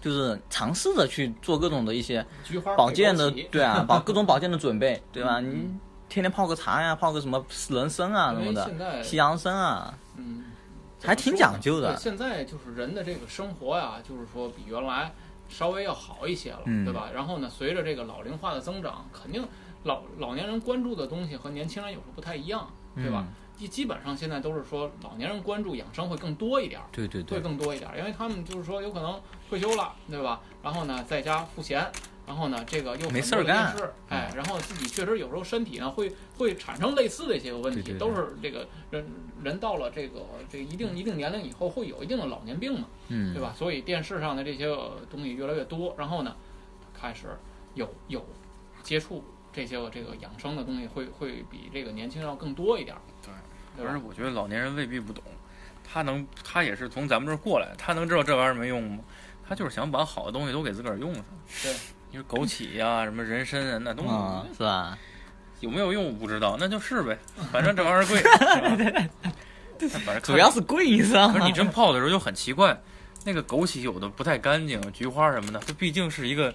S2: 就是尝试着去做各种的一些
S6: 菊花
S2: 保
S6: 配
S2: 健
S6: 枸
S2: 的，
S6: 杞
S2: 对啊，保各种保健的准备，对
S6: 嗯
S2: 吧？你天天泡个茶呀，泡个什么人参啊什
S6: 因
S2: 么
S6: 为
S2: 的
S6: 现，在
S2: 西洋参啊，
S6: 嗯，
S2: 还挺讲究的
S6: 对现在就是人的这个生活呀，就是说比原来稍微要好一些了，
S2: 嗯
S6: 对吧？然后呢，随着这个老龄化的增长，肯定老老年人关注的东西和年轻人有时候不太一样，对
S2: 嗯
S6: 吧？基基本上现在都是说老年人关注养生会更多一点儿，
S2: 对对
S6: 会更多一点儿，因为他们就是说有可能退休了，对吧？然后呢，在家赋闲。然后呢，这个又
S2: 没事儿
S6: 很多的
S2: 干嗯
S6: 电视，哎，然后自己确实有时候身体呢会会产生类似的一些问题，
S2: 对对对
S6: 都是这个人人到了这个这个一定一定年龄以后会有一定的老年病嘛，
S2: 嗯
S6: 对吧？所以电视上的这些呃东西越来越多，然后呢，开始有有接触这些个这个养生的东西会会比这个年轻人要更多一点儿，对
S4: 而
S6: 吧
S4: 且？我觉得老年人未必不懂，他能，他也是从咱们这儿过来，他能知道这玩意儿没用吗？他就是想把好的东西都给自个儿用上。
S6: 对，
S4: 你说枸杞呀、什么人参啊，那东西、
S2: 啊，是吧？
S4: 有没有用我不知道，那就是呗，反正这玩意 儿贵。是吧反正看
S2: 主要是贵，是吧？哎
S4: 可 是你真泡的时候就很奇怪，那个枸杞有的不太干净，菊花什么的，它毕竟是一个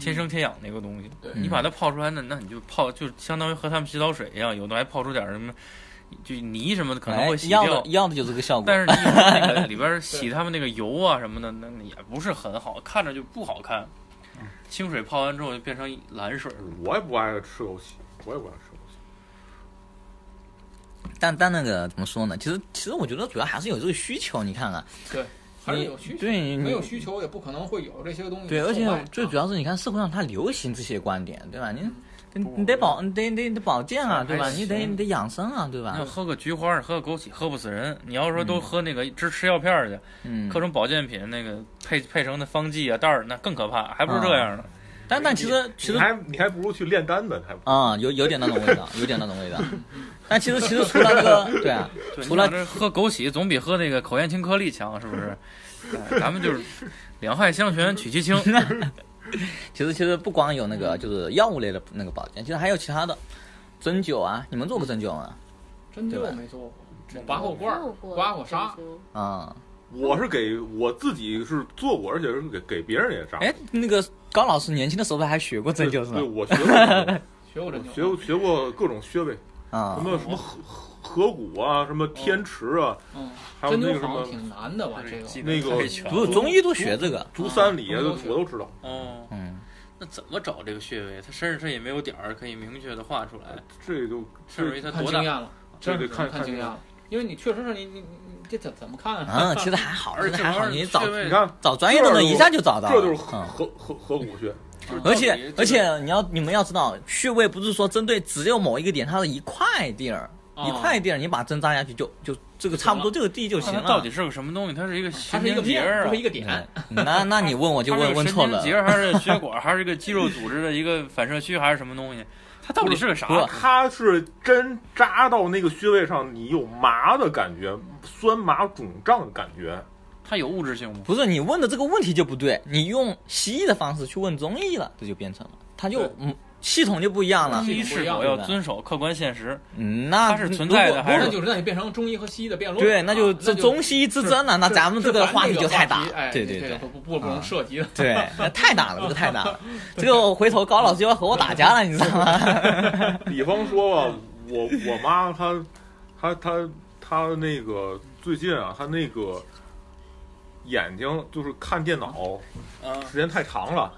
S4: 天
S2: 嗯
S4: 生天养的一个东西。
S6: 对
S4: 你把它泡出来，那那你就泡，就相当于和他们洗澡水一样，有的还泡出点什么，就泥什么的可能会洗
S2: 哎要
S4: 掉
S2: 的。要的就是这个效果。
S4: 但是你有那个 里边洗他们那个油啊什么的，那那也不是很好，看着就不好看。
S2: 嗯
S4: 清水泡完之后就变成蓝水了。
S5: 嗯我也不爱吃枸杞，我也不爱吃枸杞。
S2: 但但那个怎么说呢？其实其实我觉得主要还是有这个需求，你看看，啊
S6: 还是有需求，
S2: 对你
S6: 没有需求也不可能会有这些东西
S2: 对，
S6: 售
S2: 而且
S6: 卖啊
S2: 最主要是你看社会上它流行这些观点，对吧？你你
S4: 不
S2: 你得保你得你得保健啊，
S4: 还
S2: 对吧？你得
S4: 行
S2: 你得养生啊，对
S4: 你
S2: 吧
S4: 要？喝个菊花，喝个枸杞，喝不死人。你要说都喝那个只吃药片儿去，
S2: 嗯，
S4: 各种保健品那个配配成的方剂啊袋儿，那更可怕，还不是这样的。
S2: 但但其实其实
S5: 你还你还不如去炼丹呢，还不
S2: 啊、有有点那种味道，有点那种味道。但其实其实除了那个，对啊，
S4: 对
S2: 除了
S4: 你想这喝枸杞，总比喝那个口咽清颗粒强，是不 是？哎咱们就是两害相权取 其轻。
S2: 其实其实不光有那个就是药物类的那个保健，其实还有其他的针灸啊。你们做过针灸吗？
S6: 针
S2: 对吧
S6: 灸没做过，我拔过罐儿，刮过痧，
S2: 啊、
S5: 我是给我自己是做过，而且是给给别人也扎。
S2: 哎，那个高老师年轻的时候还学过针灸是
S5: 对，
S2: 吗？
S5: 我学过，
S6: 学过针 灸，
S5: 学过学过各种穴位，
S2: 啊、
S5: 什么什么合合谷啊，什么天池啊，
S6: 嗯，
S5: 还有
S6: 针
S5: 那
S6: 灸
S5: 个什
S6: 好
S5: 么
S6: 像挺难的吧？这个
S4: 记
S5: 那
S4: 得
S5: 个
S4: 太全
S2: 不
S4: 了
S2: 是中医都学这个，
S5: 足三里啊，
S6: 啊
S5: 都我都知道。
S4: 哦，
S2: 嗯，
S4: 那怎么找这个穴位？他身上也没有点儿可以明确的画出来，
S5: 这就
S4: 甚至于
S5: 这
S4: 他
S6: 看
S4: 多
S6: 经
S4: 大。
S6: 验了，
S5: 这
S6: 真
S5: 得
S6: 是
S5: 看
S6: 看啊
S5: 看
S6: 经验
S5: 验。
S6: 了，因为你确实是你你你你这怎怎么看啊
S2: 嗯，其
S6: 实
S2: 实还好，
S4: 而
S2: 其
S4: 且
S2: 实还好，你找
S4: 穴位
S5: 你看，
S2: 找专业的
S5: 这
S2: 人
S5: 就是
S2: 一下就找到了，
S5: 这就是
S2: 嗯
S5: 合合合合谷穴，
S4: 就是到
S2: 而
S4: 底这
S2: 且
S4: 个
S2: 而且你要你们要知道，穴位不是说针对只有某一个点，它是一块地儿，
S6: 哦
S2: 一块地儿，你把针扎下去就就这个差不多这个地就行
S4: 它
S2: 了。
S4: 到底是个什么东西？它是一个神
S6: 它是一个
S4: 经节
S6: 面
S4: 儿，啊
S6: 不是一，个点
S2: 嗯？那那你问我就
S4: 它是
S2: 问
S4: 个
S2: 问
S4: 神
S2: 错
S4: 经
S2: 了，
S4: 节儿还 是血管，还是一个肌肉组织的一个反射区，还是什么东西？它到底是个啥？
S2: 不是
S5: 它是针扎到那个穴位上，你有麻的感觉，酸麻肿胀的感觉。
S4: 它有物质性吗？
S2: 不是你问的这个问题就不对，你用西医的方式去问中医了，这就变成了，它就
S6: 对
S2: 嗯系统就不一样
S7: 啊
S2: 了
S4: 中。医是否要遵守客观现实？
S2: 嗯，那
S4: 它是存在的
S2: 如果
S4: 还
S6: 那
S4: 是
S6: 就是那就变成中医和西医的辩论了，
S2: 对，那就
S6: 啊
S2: 这中西医之争啊了，那
S6: 是
S2: 咱们这
S6: 是
S2: 个
S6: 咱
S2: 话题
S6: 这
S2: 就
S6: 个
S2: 太大
S6: 话题，哎
S2: 对对
S6: 这
S2: 对啊
S6: 个。不不不容涉及的。
S2: 对，那太大了，这个太大了，这个回头高老师就要和我打架了，你知道吗？
S5: 比方说吧，我我妈她她她她那个最近啊，她那个眼睛就是看电脑
S4: 啊，
S5: 时间太长了，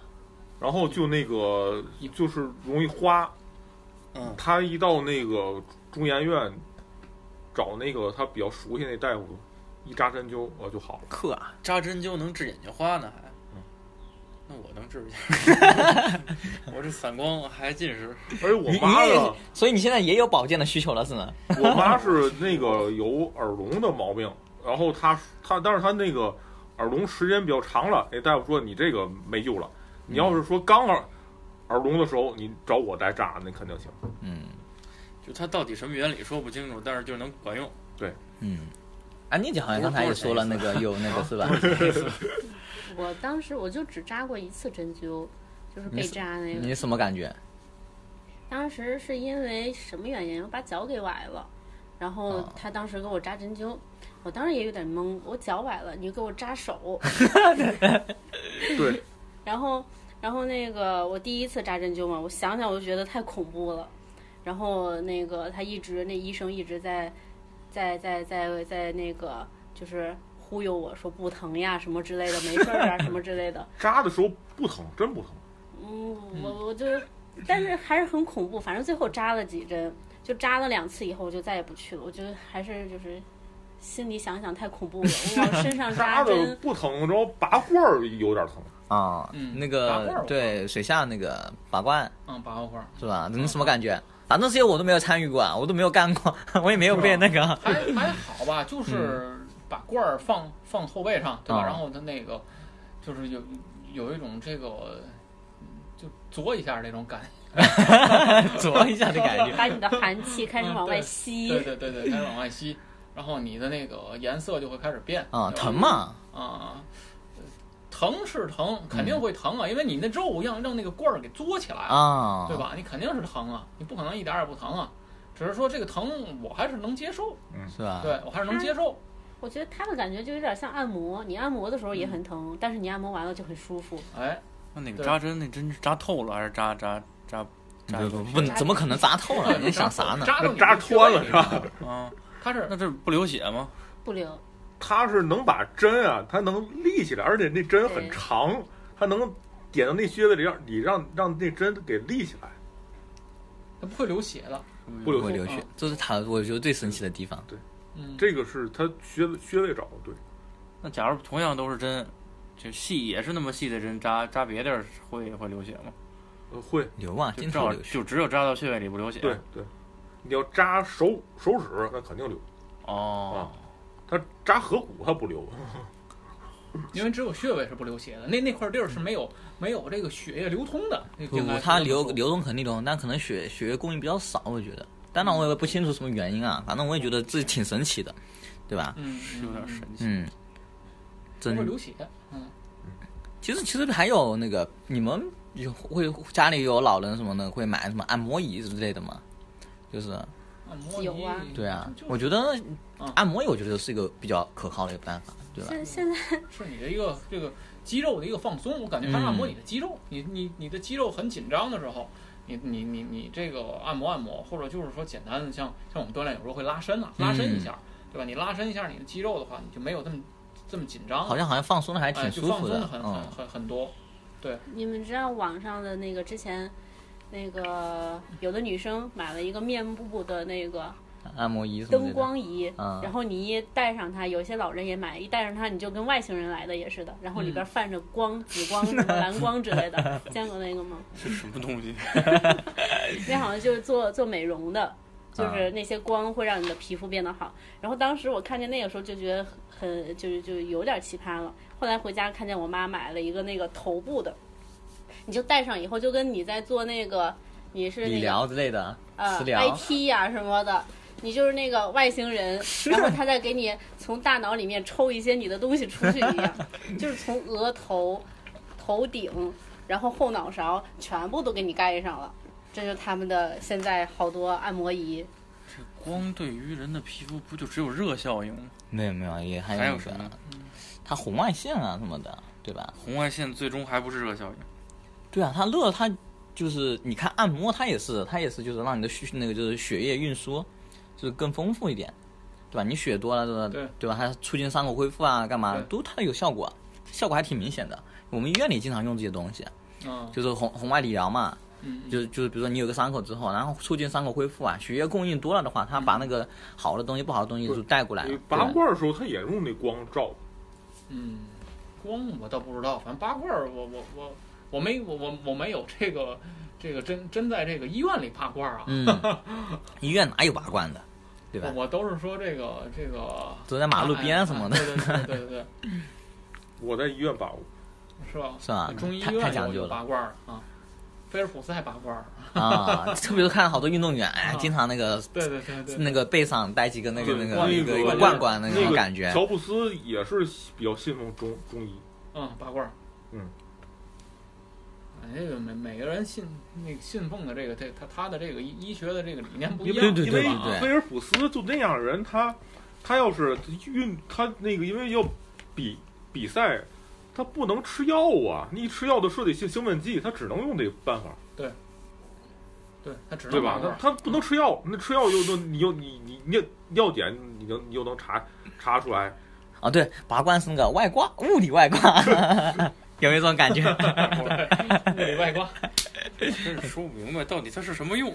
S5: 然后就那个就是容易花。
S4: 嗯
S5: 她一到那个中研院找那个她比较熟悉那大夫一扎针灸我就好了。
S2: 克啊，
S7: 扎针灸能治眼睛花呢，还。那我能治一下， 我这散光还近视，
S5: 而且我
S2: 你
S5: 妈
S2: 你
S5: 呢
S2: 也，所以你现在也有保健的需求了是吗？
S5: 我妈是那个有耳聋的毛病，然后她她，但是她那个耳聋时间比较长了，哎，大夫说你这个没救了。你要是说刚耳耳聋的时候，你找我来扎，那肯定行。
S2: 嗯
S7: 就它到底什么原理说不清楚，但是就能管用。
S2: 嗯，啊，妮姐好像刚才也说了那个有那个是吧？
S3: 我当时我就只扎过一次针灸，就是
S2: 你
S3: 被
S2: 是
S3: 扎那
S2: 你
S3: 个。
S2: 什么感觉？
S3: 当时是因为什么原因？我把脚给崴了，然后
S2: 哦
S3: 他当时给我扎针灸，我当时也有点懵，我脚崴了，你就给我扎手，
S5: 对，
S3: 然后，然后那个我第一次扎针灸嘛，我想想我就觉得太恐怖了。然后那个他一直那医生一直在，在在在在那个就是忽悠我说不疼呀什么之类的，没事儿啊什么之类的。
S5: 扎的时候不疼，真不疼。
S3: 嗯，我我就，但是还是很恐怖。反正最后扎了几针，就扎了两次以后我就再也不去了。我觉得还是就是心里想想太恐怖了，我往身上扎
S5: 扎的
S3: 针。
S5: 不疼，然后拔罐儿有点疼。
S2: 啊，
S6: 嗯
S2: 那
S6: 拔罐儿
S2: 个
S6: 我
S2: 对水下那个拔罐
S6: 嗯，拔个罐儿。
S2: 是吧？你什么感觉？反正这些我都没有参与过，啊我都没有干过， 我也没有被那个
S6: 还还好吧，就是把罐儿放放后背上，对吧？
S2: 嗯啊
S6: 然后他那个就是有有一种这个嗯就嘬一下那种感觉，
S2: 啄一下的感 觉。
S3: 把你的寒气开始往外
S6: 嗯对
S3: 吸，
S6: 对对对对，开始往 外吸，然后你的那个颜色就会开始变
S2: 啊，
S6: 对吧
S2: 疼嘛？
S6: 啊。疼是疼，肯定会疼啊，因为你那肉要让那个罐儿给嘬起来
S2: 嗯啊，
S6: 对？吧？你肯定是疼啊，你不可能一点儿也不疼啊，只是说这个疼我还是能接受，
S2: 是吧？
S6: 对我还是能接受，
S3: 我觉得他的感觉就有点像按摩，你按摩的时候也很疼，但是你按摩完了就很舒服。
S6: 哎，
S7: 那哪个
S6: 对
S7: 扎针？那针是扎透了还是扎扎扎扎
S2: 不不不，怎么可能扎透 了？你想啥 呢？
S6: 哎扎着你
S5: 扎穿了是吧？
S7: 啊？
S6: 它是
S7: 那这不流血吗？
S3: 不流，
S5: 它是能把针啊，它能立起来，而且那针很长，它能点到那穴位里，让你让让那针给立起来，
S6: 它不会流血的。
S5: 不
S2: 不
S5: 流
S2: 会
S5: 血。
S2: 流血，这是他我觉得最神奇的地方。
S6: 嗯，
S5: 这个是它穴位穴位找的对，
S7: 那假如同样都是针，就细也是那么细的针扎扎别地儿会会流血吗？
S5: 呃，会，
S2: 流啊，
S7: 就
S2: 经
S7: 至
S2: 常
S7: 少
S2: 流血。
S7: 就只有扎到穴位里不流血。
S5: 对对。你要扎手手指，那肯定流；
S7: 哦，
S5: 它扎合谷，它不流。
S6: 因为只有穴位是不流血的，那那块地儿是没有没有这个血液流通的。
S2: 不
S6: 应该，是
S2: 它
S6: 这么
S2: 流
S6: 说
S2: 流动肯定流动，但可能血血液供应比较少，我觉得。当然我也不清楚什么原因啊，反正我也觉得这挺神奇的，对吧？
S6: 嗯，
S7: 是有点神奇。
S2: 嗯，
S6: 不
S2: 真
S6: 会流血。嗯，
S2: 其实其实还有那个，你们有会家里有老人什么的，会买什么按摩椅之类的吗？就是
S6: 按摩仪
S3: 有啊
S2: 对啊
S6: 就，
S2: 我觉得按摩椅我觉得是一个比较可靠的一个办法，对吧？
S3: 现现在
S6: 是你的一个这个肌肉的一个放松，我感觉它是按
S2: 嗯
S6: 摩你的肌肉，你你你的肌肉很紧张的时候。你你你你这个按摩按摩，或者就是说简单的像像我们锻炼有时候会拉伸啊，拉伸一下，
S2: 嗯
S6: 对吧？你拉伸一下你的肌肉的话，你就没有这么这么紧张了，
S2: 好像好像放松的还
S6: 哎
S2: 挺
S6: 就
S2: 舒
S6: 放
S2: 服
S6: 松的很很
S2: 嗯，
S6: 很很多。
S3: 你们知道网上的那个之前，那个有的女生买了一个面部的那个
S2: 嗯按摩椅什么
S3: 灯
S2: 之类的。
S3: 光仪，
S2: 嗯
S3: 然后你一戴上它，有些老人也买，一戴上它你就跟外星人来的也似的，然后里边泛着光、紫光、什么蓝光之类的，见过那个吗？
S7: 这什么东西？
S3: 那好像就是做做美容的，就是那些光会让你的皮肤变得好。然后当时我看见那个时候就觉得很就是就有点奇葩了。后来回家看见我妈买了一个那个头部的，你就戴上以后就跟你在做那个你是
S2: 理
S3: 那个
S2: 疗之类的，
S3: 呃
S2: 磁疗
S3: IT 呀、什么的。你就是那个外星人，然后他再给你从大脑里面抽一些你的东西出去一样，就是从额头、头顶，然后后脑勺全部都给你盖上了。这就是他们的现在好多按摩仪，
S7: 光对于人的皮肤不就只有热效应吗？
S2: 没有没有，也还有
S7: 还有
S2: 那个
S7: 什么
S2: 它红外线啊什么的，对吧？
S7: 红外线最终还不是热 效应。
S2: 对啊，它热它就是你看按摩，它也是它也是就是让你的血那个就是血液运输就是更丰富一点，对吧？你血多了对吧？
S6: 对
S2: 吧？它促进伤口恢复啊，干嘛
S6: 对
S2: 都它有效果，效果还挺明显的。我们医院里经常用这些东西，
S6: 嗯，
S2: 就是红红外理疗嘛，
S6: 嗯
S2: 就就是比如说你有个伤口之后，然后促进伤口恢复啊，血液供应多了的话，它把那个好的东西、不好的东西就带过来
S5: 你
S2: 了。
S5: 拔
S2: 对
S5: 罐儿的时候，它也用那光照，
S6: 嗯，光我倒不知道，反正八罐儿我我我我没我我我没有这个这个真真在这个医院里拔罐儿啊，
S2: 嗯，医院哪有拔罐的，对吧？
S6: 我都是说这个这个
S2: 走在马路边什么的，
S6: 哎哎对对对对对，
S5: 我在医院拔过。
S6: 是吧？
S2: 是吧
S6: 中医
S2: 太
S6: 医院
S2: 太讲
S6: 有
S2: 究
S6: 有
S2: 了
S6: 拔罐儿啊，菲尔普斯还拔罐儿，
S2: 啊，特别是看好多运动员，哎，
S6: 啊
S2: 经常那个
S6: 对对对对，
S2: 那个背上带几个那个
S5: 对
S2: 那个
S5: 罐
S2: 一个一
S5: 那
S2: 个
S5: 个
S2: 罐罐那
S5: 那
S2: 种
S5: 个
S2: 感觉，
S5: 乔布斯也是比较信奉中中医，
S6: 嗯，拔罐儿，
S5: 嗯。
S6: 哎，这个每每个人信那个信奉的这个这他他的这个医医学的这个理念不一
S5: 因
S6: 样，
S5: 为
S2: 对对
S5: 因为
S2: 对对对
S5: 威尔普斯就那样的人，他他要是运他那个因为要比比赛，他不能吃药啊，你一吃药的是得兴兴奋剂，他只能用这个办法，
S6: 对他只能
S5: 对
S6: 拔
S5: 吧？
S6: 罐
S5: 他
S6: 儿，
S5: 他不能吃药，那吃药又又你又你你你药检你能你又能查查出来，
S2: 啊，对，拔罐是那个外挂，物理外挂，有没有这种感觉？
S6: 物理外挂，
S4: 真是说不明白到底它是什么用。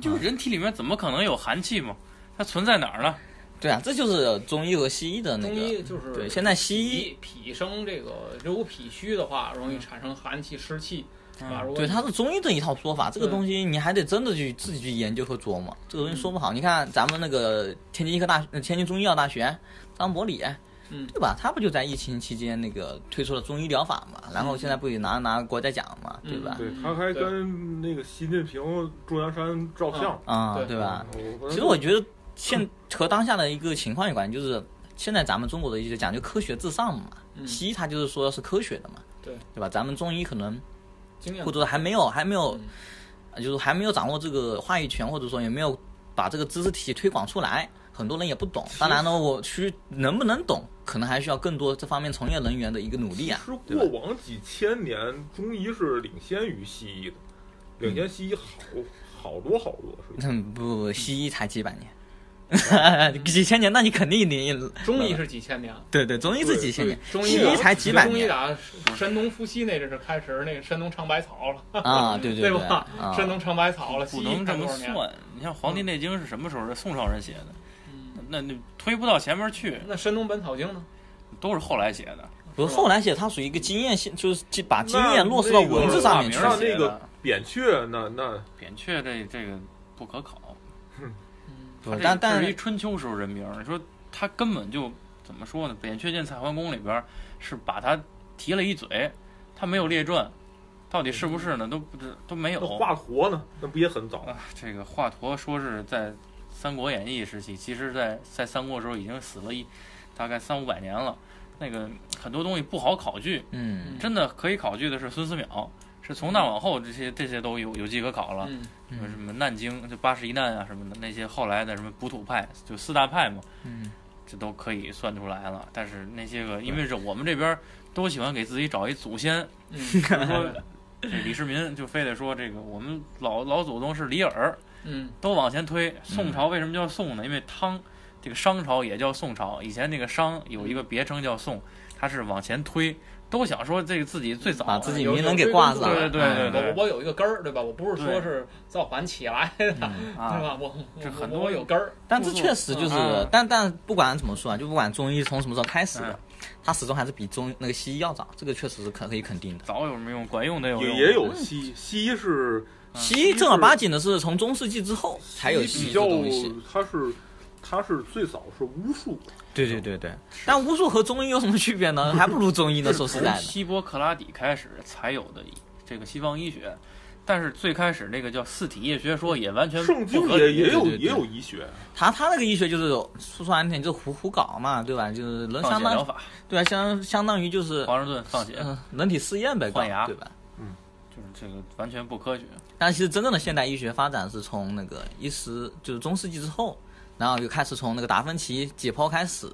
S4: 就是人体里面怎么可能有寒气嘛？它存在哪儿呢？
S2: 对啊，这就是中医和西医的那
S6: 中医
S2: 个。
S6: 就是
S2: 对，现在西医嗯
S6: 脾脾生这个，如果脾虚的话，容易产生寒气、湿气，对吧？如果
S2: 对，
S6: 你
S2: 它是中医的一套说法，这个
S6: 对
S2: 东西你还得真的去自己去研究和琢磨，这个东西说不好。你看咱们那个天津医科大，呃天津中医药大学张伯礼，
S6: 嗯
S2: 对吧？他不就在疫情期间那个推出了中医疗法嘛，然后现在不也拿拿国家奖嘛，对吧？
S5: 对
S6: 嗯，
S5: 他还
S6: 对
S5: 跟那个习近平、钟南山照相，嗯
S2: 啊、
S6: 对
S2: 对吧？
S5: 我
S2: 其实我觉得现和当下的一个情况有关，就是现在咱们中国的一些讲究科学至上嘛，
S6: 嗯
S2: 西医它就是说是科学的嘛，
S6: 对
S2: 对吧？咱们中医可能
S6: 经验
S2: 或者说还没有还没有呃
S6: 嗯，
S2: 就是还没有掌握这个话语权，或者说也没有把这个知识体系推广出来，很多人也不懂。当然呢，我需能不能懂，可能还需要更多这方面从业人员的一个努力啊
S5: 其实，
S2: 对
S5: 过
S2: 吧？
S5: 往几千年，中医是领先于西医的，领先西医好好多好多是。
S2: 嗯，不不不，西医才几百
S6: 嗯
S2: 年， 几千年，那你肯定你
S6: 中医是几千年了。
S2: 对对，中医是几千年，
S6: 中
S2: 西
S6: 医
S2: 医
S6: 打
S2: 才几百
S6: 中医
S2: 年嗯
S6: 打山东伏羲那阵是开始那个山东尝百草 了，
S2: 啊，对对
S6: 吧？
S2: 啊，
S6: 山东尝百草了，西
S4: 不
S6: 医
S4: 能这
S6: 看
S4: 么
S6: 多少年？
S4: 算。你像《黄帝内经》是什么时候？是宋朝人写的，
S6: 嗯
S4: 那那推不到前面去，
S6: 那山东本草经呢？
S4: 都是后来写的。
S2: 不是后来写它属于一个经验性，就是记把经验落实到文字上面去
S4: 那
S5: 像
S4: 个
S5: 那个扁鹊，那
S2: 哦
S5: 那
S4: 扁鹊这这个不可考，
S6: 嗯，
S2: 不是
S4: 这
S2: 啊但
S4: 这
S2: 但
S4: 是一春秋时候人名儿。你说他根本就怎么说呢？扁鹊进采桓宫里边儿是把他提了一嘴，他没有列传，到底是不是呢？都不知都没有
S5: 那。华佗呢？那不也很早？
S4: 啊，这个华佗说是在《三国演义》时期，其实在在三国时候已经死了一大概三五百年了。那个很多东西不好考据，
S2: 嗯
S4: 真的可以考据的是孙思邈，是从那往后这些这些都有有迹可考
S2: 啊
S4: 了。
S6: 嗯
S4: 什么什么难经，就八十一难啊什么的，那些后来的什么补土派，就四大派嘛，
S2: 嗯，
S4: 这都可以算出来了。但是那些个，因为是我们这边儿都喜欢给自己找一祖先，
S6: 嗯，
S4: 比如说这李世民就非得说这个我们老老祖宗是李耳，
S6: 嗯
S4: 都往前推。宋朝为什么叫宋呢？因为汤这个商朝也叫宋朝，以前那个商有一个别称叫宋，它是往前推，都想说这个自己最早
S2: 把 自己
S6: 啊有
S2: 名人
S6: 有
S2: 给
S6: 追
S2: 挂啊
S6: 根
S2: 上
S6: 溯
S2: 了，
S4: 源对对对对
S6: 我我有一个根儿，对吧？我不是说
S4: 对
S6: 是造反起来的，对
S2: 嗯
S4: 啊，
S6: 吧？我
S4: 这
S6: 我
S4: 很
S6: 我
S4: 多
S6: 我有根儿，
S2: 但这确实就是
S4: 嗯，
S2: 但但不管怎么说啊，就不管中医从什么时候开始的
S4: 嗯，
S2: 它始终还是比中那个西医要早，这个确实是可可以肯定的。
S4: 早有什么用？管用的有
S2: 嗯
S5: 也
S2: 哦
S4: 用
S5: 也有西西医是
S4: 嗯
S2: 西医正儿八经的是从中世纪之后才有西
S5: 西
S2: 医这
S5: 医比较
S2: 东西。，
S5: 他是他是最早是巫术，
S2: 对对对对，但巫术和中医有什么区别呢？ 还不如中医呢。说实
S4: 从
S2: 在的，
S4: 希波克拉底开始才有的这个西方医学，但是最开始那个叫四体液学说也完全
S5: 圣经
S4: 不合
S5: 也
S4: 理
S5: 也有
S2: 对对对
S5: 也有医学，
S2: 他他那个医学就是说说难听，就是胡胡搞嘛，对吧？就是人
S4: 放
S2: 相
S4: 血疗
S2: 当
S4: 法，
S2: 对啊，相相当于就是
S4: 华盛顿放血，
S2: 嗯人体试验呗，搞
S4: 换牙
S2: 对吧？
S4: 就是这个完全不科学。
S2: 但其实真正的现代医学发展是从那个一十就是中世纪之后，然后就开始从那个达芬奇解剖开始，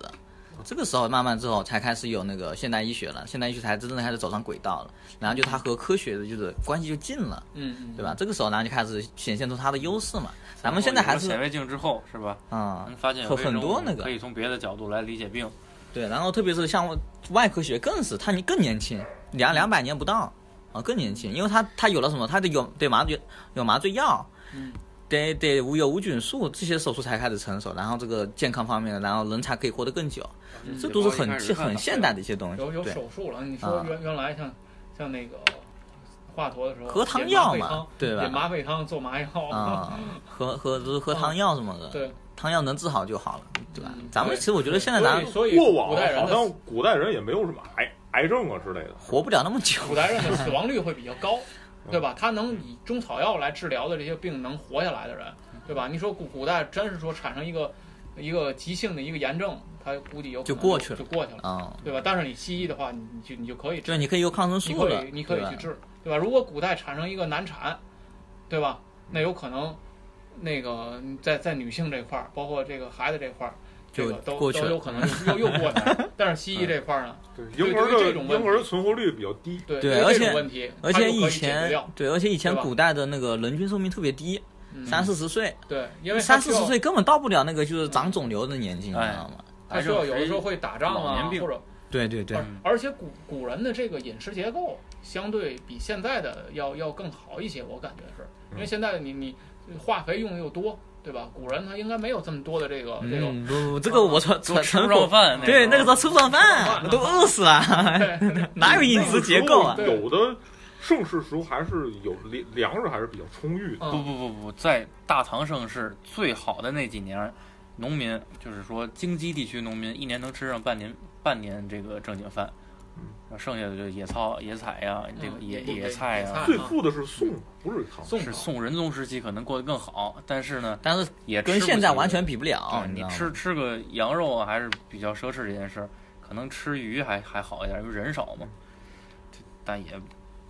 S2: 这个时候慢慢之后才开始有那个现代医学了，现代医学才真正的开始走上轨道了，然后就它和科学的就是关系就近了，
S6: 嗯，
S2: 对吧？这个时候然后就开始显现出它的优势嘛。咱们现在还
S4: 嗯有了显
S2: 是
S4: 微镜之后是吧？
S2: 啊
S4: 能，发现有
S2: 很很多那
S4: 可
S2: 个
S4: 以从别的角度来理解病。
S2: 对，然后特别是像外科学更是它你更年轻，两两百年不到，啊，更年轻，因为他他有了什么？他得有得麻醉有麻醉药，
S6: 嗯
S2: 得得无有无菌素，这些手术才开始成熟，然后这个健康方面的，然后人才可以活得更久，
S6: 嗯
S2: 这都是很很现代的一些东西
S6: 有有，
S2: 对，
S6: 手术了，你说
S2: 啊
S6: 原原来像像那个华佗的时候，
S2: 喝汤
S6: 点
S2: 药
S6: 麻沸
S2: 嘛
S6: 汤
S2: 对吧
S6: 点麻沸汤做麻药，
S2: 啊，喝喝就是喝汤药什么的，
S6: 嗯对，
S2: 汤药能治好就好了，对吧
S6: 嗯？
S2: 咱们
S6: 对
S2: 其实我觉得现在咱
S6: 所以所以
S5: 过往
S6: 古代人
S5: 好
S6: 的
S5: 像古代人也没有什么癌癌症啊之类的，
S2: 活不了那么久，
S6: 古代人的死亡率会比较 高，对吧？他能以中草药来治疗的这些病能活下来的人，对吧？你说古古代真是说产生一个一个急性的一个炎症，他估计有可
S2: 就
S6: 能
S2: 过去了
S6: 就过去了，
S2: 啊，
S6: 对吧？但是你西医的话，你你就你就可以治
S2: 对，，你可以用抗生
S6: 你
S2: 素
S6: 可
S2: 了
S6: 以，你可
S2: 对
S6: 以
S2: 吧
S6: 去治，对吧？如果古代产生一个难产，对吧？那有可能那个在在女性这块儿，包括这个孩子这块儿。这
S2: 就
S6: 个都
S2: 过去
S6: 都有
S2: 了嗯
S6: 可能又又又过去了，但是西医这块儿呢，
S5: 对
S6: 对
S5: 婴儿
S6: 对于
S5: 的
S6: 这种问
S5: 婴
S6: 题
S5: 儿的存活率比较低，
S6: 对
S2: 对
S6: 对
S2: 而
S6: 这种
S2: 且
S6: 问题，
S2: 而
S6: 它就
S2: 且
S6: 可
S2: 以
S6: 以解决
S2: 前
S6: 掉
S2: 对，而且以前
S6: 对吧
S2: 古代的那个人均寿命特别低，
S6: 嗯
S2: 三四十岁，
S6: 对，因为它
S2: 三
S6: 需
S2: 四
S6: 要
S2: 十岁根本到不了那个就是长肿瘤的年纪，你知
S4: 哎
S2: 道吗？
S6: 他需要有的时候会打仗
S4: 老
S6: 啊，
S4: 年
S6: 或
S4: 病
S6: 者
S2: 对对对
S6: 而，而且古古人的这个饮食结构相对比现在的要要更好一些，我感觉是因为现在你你化肥用的又多，对吧？古人他应该没有这么多的这个这
S2: 嗯，
S6: 种
S2: 不不，这个我承承
S4: 吃
S2: 承
S4: 不上
S2: 认。
S4: 饭。
S2: 对，那个
S4: 那
S2: 时候吃不上饭，我都饿死了，
S6: 对
S2: 哎哪有 饮食结构啊？
S6: 对
S5: 有的盛世时候还是有粮粮食还是比较充裕
S6: 嗯
S5: 的，
S4: 不不不不，在大唐盛世最好的那几年，农民就是说京畿地区农民一年能吃上半年半年这个正经饭，剩下的就野草野采呀，这个
S6: 嗯
S4: 野
S6: 对
S4: 野菜
S6: 野菜
S4: 呀。
S5: 最富的是宋，不是唐。
S6: 宋
S4: 是
S6: 朝
S4: 宋仁宗时期可能过得更好，但是呢，
S2: 但是
S4: 也吃
S2: 跟
S4: 不
S2: 现在
S4: 起
S2: 完全比不了，
S4: 对
S2: 知
S4: 你
S2: 道吗
S4: 吃吃个羊肉啊，还是比较奢侈的一件事儿。可能吃鱼还还好一点，因为人少嘛，这但也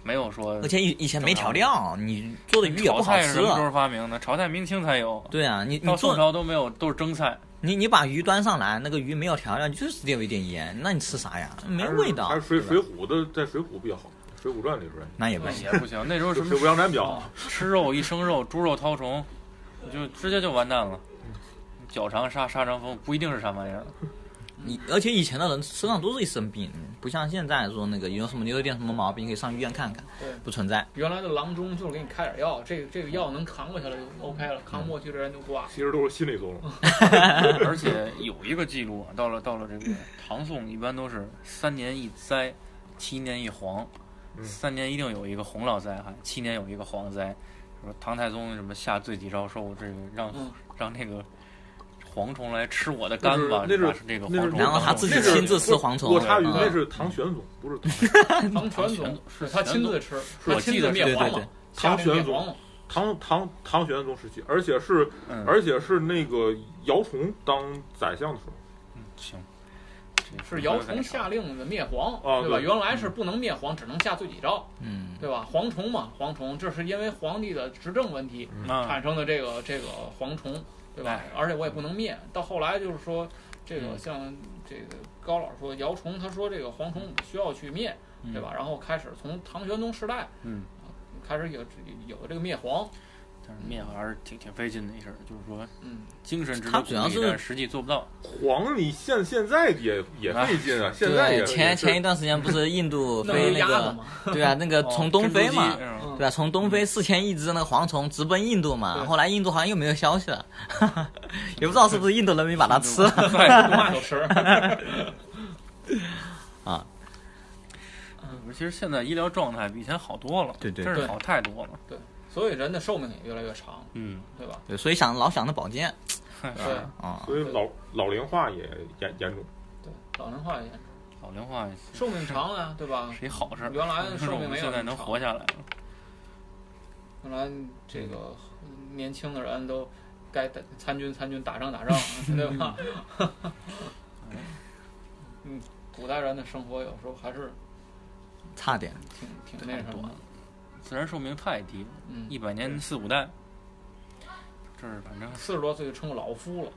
S4: 没有说
S2: 嗯而。且以以前没调料，你做的鱼也不
S4: 炒
S2: 好
S4: 菜是
S2: 吃啊
S4: 什。么时候发明的？朝代明清才有，
S2: 对啊，你
S4: 到
S2: 你
S4: 宋
S2: 做
S4: 朝都没有，都是蒸菜。
S2: 你你把鱼端上来，那个鱼没有调料，你就是得有一点盐，那你吃啥呀？没
S5: 还是
S2: 味道
S5: 还。是水
S2: 对
S5: 水
S2: 吧
S5: 浒的，在水浒比较好，《水浒传》里边，
S2: 那也不行，
S4: 也不行，那时候什
S5: 就
S4: 么
S5: 水浒杨展表，
S4: 吃肉一生肉，猪肉绦虫，你就直接就完蛋了。脚长沙沙长风不一定是啥玩 意儿，
S2: 你而且以前的人身上都是一身病，不像现在说那个有什么你有点什么毛病可以上医院看看
S6: 对，
S2: 不存在。
S6: 原来的郎中就是给你开点药，这个这个药能扛过去了就 OK 了，扛不过去这人就 挂了。
S5: 其实都是心理作
S6: 嗯
S5: 用。
S4: 而且有一个记录啊，到了到了这个唐宋，一般都是三年一灾，七年一蝗，
S5: 嗯
S4: 三年一定有一个洪涝灾害，七年有一个蝗灾。说唐太宗什么下罪己诏说，这个让、
S6: 嗯
S4: 让那个蝗虫来吃我的肝吧，
S5: 那是
S4: 把这个
S5: 那是
S4: 蝗虫。
S2: 然后他自己
S5: 那是
S2: 亲自吃蝗虫
S5: 我，插一句，
S2: 嗯
S5: 那是唐玄宗，不是唐
S6: 唐
S4: 玄
S6: 玄宗
S4: 宗
S6: 是他亲自吃，
S4: 我
S6: 他亲
S4: 记
S6: 自
S4: 得
S6: 灭
S2: 是
S6: 黄
S2: 对对
S6: 嘛
S2: 对，
S6: 下
S5: 唐玄
S6: 灭
S5: 宗
S6: 黄嘛，
S5: 唐唐唐玄宗时期，而且是
S4: 嗯
S5: 而且是那个姚崇当宰相的时候，
S4: 行，这
S6: 是 姚崇下令的灭黄，
S5: 啊
S6: 对吧？
S5: 对
S6: 原来是不能灭黄，只能下罪己诏，
S2: 嗯，
S6: 对吧？蝗虫嘛，蝗虫，这是因为皇帝的执政问题
S4: 啊，
S6: 产生的这个这个蝗虫，对吧？而且我也不能灭。到后来就是说，这个
S4: 嗯
S6: 像这个高老师说姚崇，他说这个蝗虫不需要去灭，对吧？然后开始从唐玄宗时代
S4: 嗯。
S6: 开始有有这个灭蝗，
S4: 但是灭还是挺挺费劲的一事儿，就是说
S6: 嗯，
S4: 精神值
S2: 他
S4: 得
S2: 主
S4: 鼓
S2: 要
S4: 励，
S2: 是
S4: 但是实际做不到。
S5: 黄你现现在也也费劲啊，现在
S2: 对，
S5: 也
S2: 前前一
S5: 一
S2: 段时间不是印度
S6: 弄
S2: 飞
S6: 一
S2: 那
S6: 鸭子
S2: 个
S6: 嘛，
S2: 对啊，那个
S4: 哦
S2: 从东非嘛，
S4: 嗯
S2: 对吧？啊从东非四千亿只那个蝗虫直奔印度嘛，
S6: 对
S2: 后来印度好像又没有消息了， 也不知道是不是印度人民把它吃 了。
S6: 不骂就吃，
S4: 其实现在医疗状态比以前好多了，
S2: 对对
S4: 真是
S6: 对
S4: 好太多了。
S6: 所以人的寿命也越来越长，
S4: 嗯，
S6: 对吧？
S2: 对，所以想老想着保健
S6: 对
S2: 啊，
S5: 所以老老龄化也严严重。
S6: 对，老龄化也
S4: 老龄化
S6: 寿命长啊，对吧？
S4: 是一好事儿。
S6: 原来
S4: 就是
S6: 寿
S4: 我
S6: 命
S4: 们
S6: 没有
S4: 现在
S6: 那么
S4: 能
S6: 长
S4: 活下来了，
S6: 本来这个年轻的人都该打参军参军，打仗打仗，对吧？嗯，古代人的生活有时候还是
S2: 差点。
S6: 挺挺那什么的，
S4: 自然寿命太低了，
S6: 嗯，
S4: 一百年四五代。这是反正
S6: 四十多岁就称老夫了，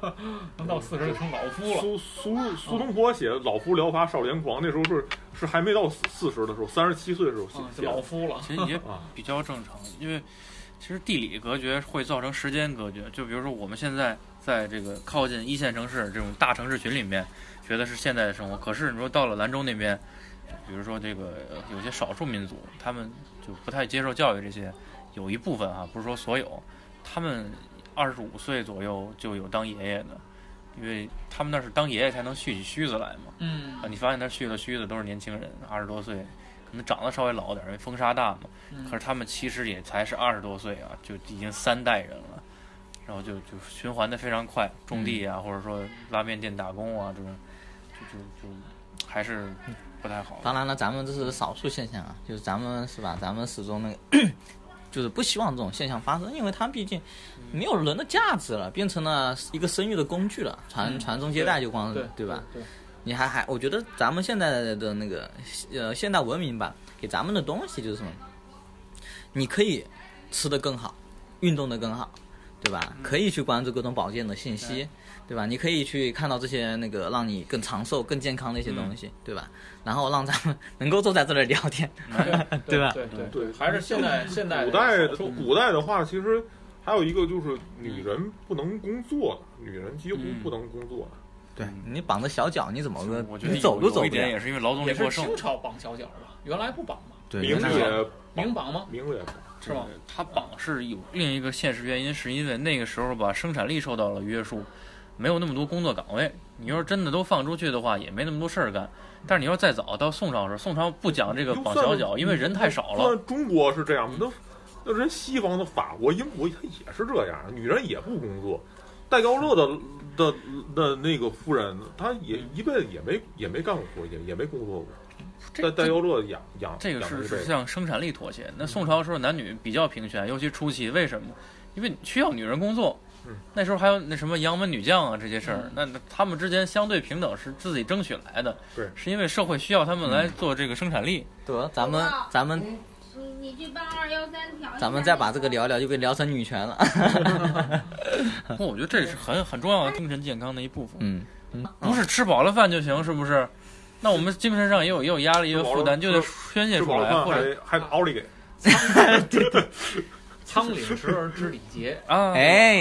S6: 能到四十就称老夫了。
S5: 苏苏苏东坡写《老夫聊发少年狂》，那时候是是还没到四十的时候，三十七岁的时候写
S6: 啊，就
S5: 写
S6: 老
S5: 的
S6: 夫了，
S4: 其实也
S5: 啊，
S4: 比较正常，因为其实地理隔绝会造成时间隔绝。就比如说我们现在在这个靠近一线城市这种大城市群里面，觉得是现代的生活，可是你说到了兰州那边，比如说这个呃有些少数民族，他们就不太接受教育这些，有一部分啊，不是说所有，他们二十五岁左右就有当爷爷的，因为他们那是当爷爷才能续起须子来嘛。
S6: 嗯
S4: 啊，你发现他续了须子都是年轻人，二十多岁，可能长得稍微老点儿，因为风沙大嘛。
S6: 嗯
S4: 可是他们其实也才是二十多岁啊，就已经三代人了，然后就就循环的非常快，种地
S2: 嗯
S4: 啊，或者说拉面店打工啊，这种，就就就还是不太好。
S2: 当然了，咱们这是少数现象啊，就是咱们是吧？咱们始终那个，就是不希望这种现象发生，因为它毕竟没有人的价值了，变成了一个生育的工具了，传
S6: 嗯
S2: 传宗接代就光
S6: 对
S2: 对吧？？
S6: 对，
S2: 你还还，我觉得咱们现在的那个呃现代文明吧，给咱们的东西就是什么？你可以吃的更好，运动的更好，对吧？
S4: 嗯
S2: 可以去关注各种保健的信息，对吧？你可以去看到这些那个让你更长寿、更健康的一些东西，
S4: 嗯
S2: 对吧？然后让咱们能够坐在这里聊天，对
S6: 对
S2: 吧
S6: 对对
S5: 对
S6: 还是现代现代
S5: 古代的
S6: 少数
S5: 古代的话，其实还有一个就是女人不能工作，女人几乎
S4: 嗯
S5: 不能工作。
S2: 对你绑着小脚，你怎么个
S4: 我觉得
S2: 你走都
S4: 有
S2: 走
S4: 有一
S2: 不了
S4: 点？也是因为劳动力
S6: 也
S4: 过
S6: 是
S4: 剩，
S6: 清朝绑小脚吧？原来不绑嘛，
S2: 对，
S5: 名
S2: 原来
S5: 也
S6: 明绑吗？
S5: 名也
S6: 是吗？
S4: 它绑是有另一个现实原因，是因为那个时候吧，生产力受到了约束，没有那么多工作岗位。你要是真的都放出去的话，也没那么多事儿干。但是你要再早到宋朝的时候，宋朝不讲这个绑小脚，因为人太少
S5: 虽
S4: 了。
S5: 然中国是这样，那那人西方的法国、英国，他也是这样，女人也不工作。戴高乐的的的那个夫人，她也一辈子也没也没干过活，也也没工作过。
S4: 这
S5: 戴戴高乐养养
S4: 这个
S5: 养了
S4: 是
S5: 一辈
S4: 是
S5: 子嗯
S4: 向生产力妥协。那宋朝的时候男女比较平权，尤其初期，为什么？因为需要女人工作
S5: 嗯。
S4: 那时候还有那什么杨门女将啊这些事儿，那那他们之间相对平等是自己争取来的，
S5: 对嗯
S4: 是因为社会需要他们来做这个生产 力。
S2: 得咱们咱们
S8: 你你去帮二幺三调一下
S2: 咱们再把这个聊一聊，就给聊成女权了。
S4: 不过我觉得这是很很重要的精神健康的一部分，
S2: 嗯，
S4: 不是吃饱了饭就行，是不是？那我们精神上也有也有压力，也有负担，
S5: 吃
S4: 就得
S5: 饱了
S4: 宣泄
S5: 吃
S4: 出
S5: 饱了
S4: 来，
S5: 饭
S4: 或者
S5: 还还得奥 利给。
S6: 仓廪实而知礼节，
S4: 啊，，
S2: 哎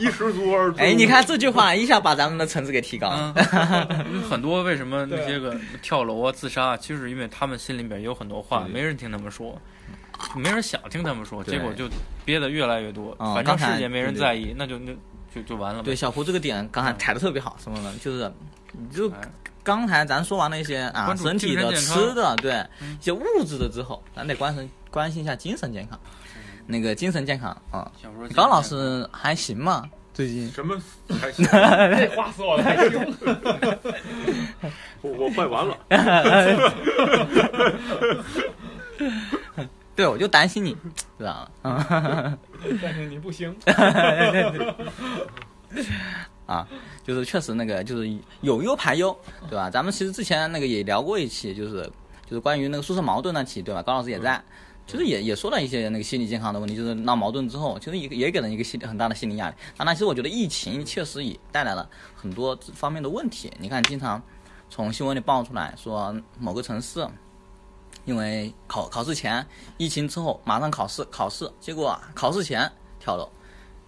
S5: 衣食足而知
S2: 哎，你看这句话一下把咱们的层次给提高了。
S4: 嗯，有 很多为什么那些个跳楼啊、自杀啊，其实是因为他们心里面也有很多话，
S2: 对
S4: 没人听他们说，没人想听他们说，
S2: 对
S4: 结果就憋得越来越多，
S2: 嗯
S4: 反正
S2: 刚才
S4: 事也没人
S2: 对对
S4: 在意，那就那就就完了呗
S2: 对，。小胡这个点刚才抬的特别好，什么呢？就是，你就
S4: 哎
S2: 刚才咱说完那些啊，
S4: 关注
S2: 身体的、
S4: 精神健康嗯
S2: 吃的，对一些物质的之后，咱得关心关心一下精神健康。
S4: 嗯
S2: 那个精神健康啊，
S4: 小时候
S2: 高老师还行 吗？最近
S5: 什么还行？
S6: 这话说我太
S2: 哎
S6: 凶了。
S5: 我我快完了。
S2: 对，我就担心你，知道吗？嗯，
S6: 但是你 不行，
S2: 啊， 就是确实那个就是有优排优，对吧？咱们其实之前那个也聊过一期，就是就是关于那个宿舍矛盾那期，对吧？高老师也在，
S5: 嗯
S2: 其实也也说了一些那个心理健康的问题，就是闹矛盾之后，其实也也给人一个心理很大的心理压力。当然，其实我觉得疫情确实也带来了很多这方面的问题。你看，经常从新闻里爆出来说某个城市。因为考考试前，疫情之后马上考试，考试结果啊考试前跳楼，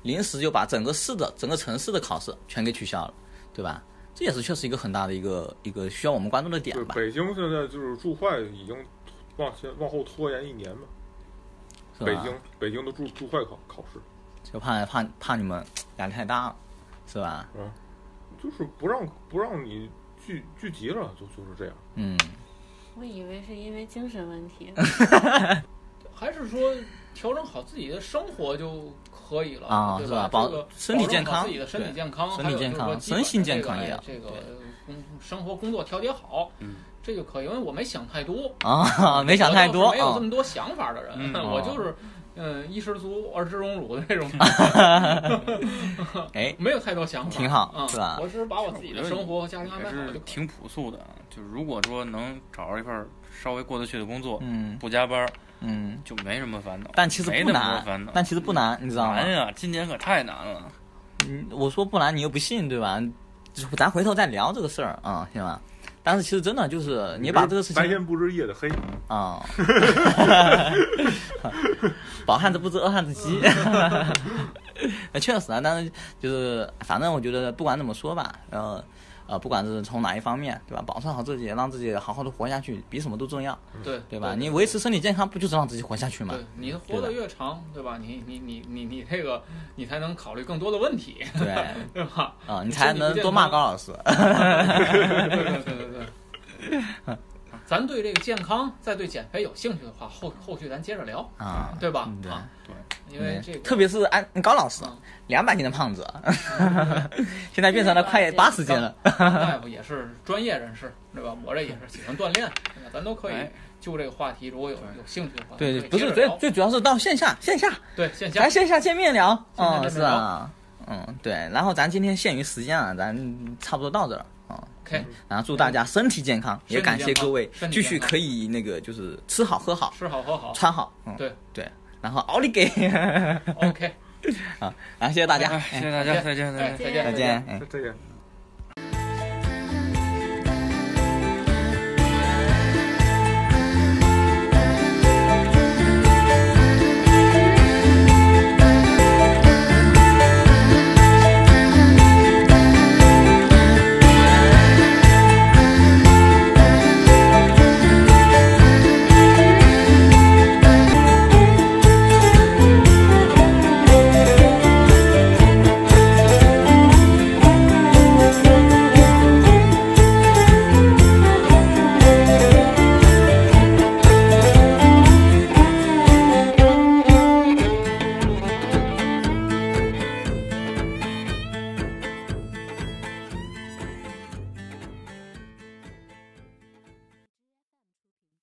S2: 临时就把整个市的整个城市的考试全给取消了，对吧？这也是确实一个很大的一个一个需要我们关注的点
S5: 对，
S2: 吧。
S5: 北京现在就是住坏已经往前往后拖延一年嘛。
S2: 是吧
S5: 北京北京的住住坏考考试，
S2: 就怕怕怕你们压力太大了，是吧？
S5: 就是不让不让你聚聚集了，就就是这样。
S2: 嗯，
S3: 我以为是因为精神问题，
S6: 还是说调整好自己的生活就可以了
S2: 啊
S6: 对
S2: 是吧保
S6: 保这个
S2: 身体
S6: 保证
S2: 健康
S6: 好自己的身体
S2: 对
S6: 健康，
S2: 身体
S6: 还有
S2: 健
S6: 就是说
S2: 康
S6: 基本
S2: 身心
S6: 的
S2: 健
S6: 这
S2: 康
S6: 个
S2: 也
S6: 哎
S2: 要
S6: 这个
S2: 对
S6: 工生活工作调节好，
S4: 嗯，
S6: 这就可以。因为我没想太多，
S2: 啊，没想太多
S6: 我倒是没有
S2: 啊哦
S6: 这，么多想法的人，
S4: 嗯
S6: 我就是。嗯，衣食足而知荣辱 的那种，
S2: 哎，
S6: 没有太多想法，
S2: 挺好
S6: 嗯、
S2: 是吧
S6: 我只是把我自己的生活和家庭安
S4: 也
S6: 排好
S4: 是
S6: 就
S4: 挺朴素的啊，就是如果说能找着一份儿稍微过得去的工作，
S2: 嗯
S4: 不加班儿，
S2: 嗯，
S4: 就没什么烦恼。
S2: 但其实
S4: 没
S2: 不
S4: 那么多
S2: 难
S4: 烦恼，
S2: 但其实不难，啊你知道吗
S4: 难？哎呀，今年可太难了。
S2: 嗯，我说不难你又不信，对吧？就咱回头再聊这个事儿啊，行吧？但是其实真的就是你把这个事
S4: 哎
S5: 白
S2: 情
S5: 天不知夜的黑，
S2: 啊， 饱汉子不知饿汉子 饥。那确实啊，但是就是反正我觉得不管怎么说吧，呃，呃，不管是从哪一方面，对吧？保存好自己，让自己好好的活下去，比什么都重要，
S6: 对
S2: 对吧？你维持身体健康，不就是让自己活下去吗
S6: 对？你活得越长，对吧？你你你你你这个，你才能考虑更多的问题，
S2: 对，啊、
S6: 对 吧？
S2: 你才能多骂高 老师。
S6: 对对对对对。咱对这个健康，再对减肥有兴趣的话，后后续咱接着聊，
S2: 啊，
S6: 对吧？
S2: 对
S6: 啊，因为
S2: 嗯
S6: 这个
S2: 特别是安高老师
S6: 嗯，
S2: 两百斤的胖 子， 现在变成了快八十斤了。
S6: 大夫也是专业人士，对吧？我这也是喜欢锻炼，对吧？咱都可以
S7: 哎
S6: 就这个话题，如果有有兴趣的话，
S2: 对，
S6: 可以
S2: 不是
S6: 接着
S2: 最
S6: 聊
S2: 最主要是到线下线下，
S6: 对线下
S2: 咱线下见面聊。
S6: 线下见
S2: 嗯，
S6: 面
S2: 是啊，嗯，对。然后咱今天限于时间啊，咱差不多到这儿了。嗯，
S6: ，OK，
S2: 然后祝大家身体健康，也
S6: 身体
S2: 感谢
S6: 健康
S2: 各位
S6: 身体
S2: 继续
S6: 健康
S2: 可以那个就是吃好喝好
S6: 吃好喝好
S2: 穿好。嗯，
S6: 对
S2: 对。然后奥利 给，
S6: ，OK，
S2: 然后谢谢大家，
S7: 哎谢
S2: 哎
S7: 谢大家，再见，再见
S6: 哎，。再见，
S2: 再见，哎。
S5: 这这个。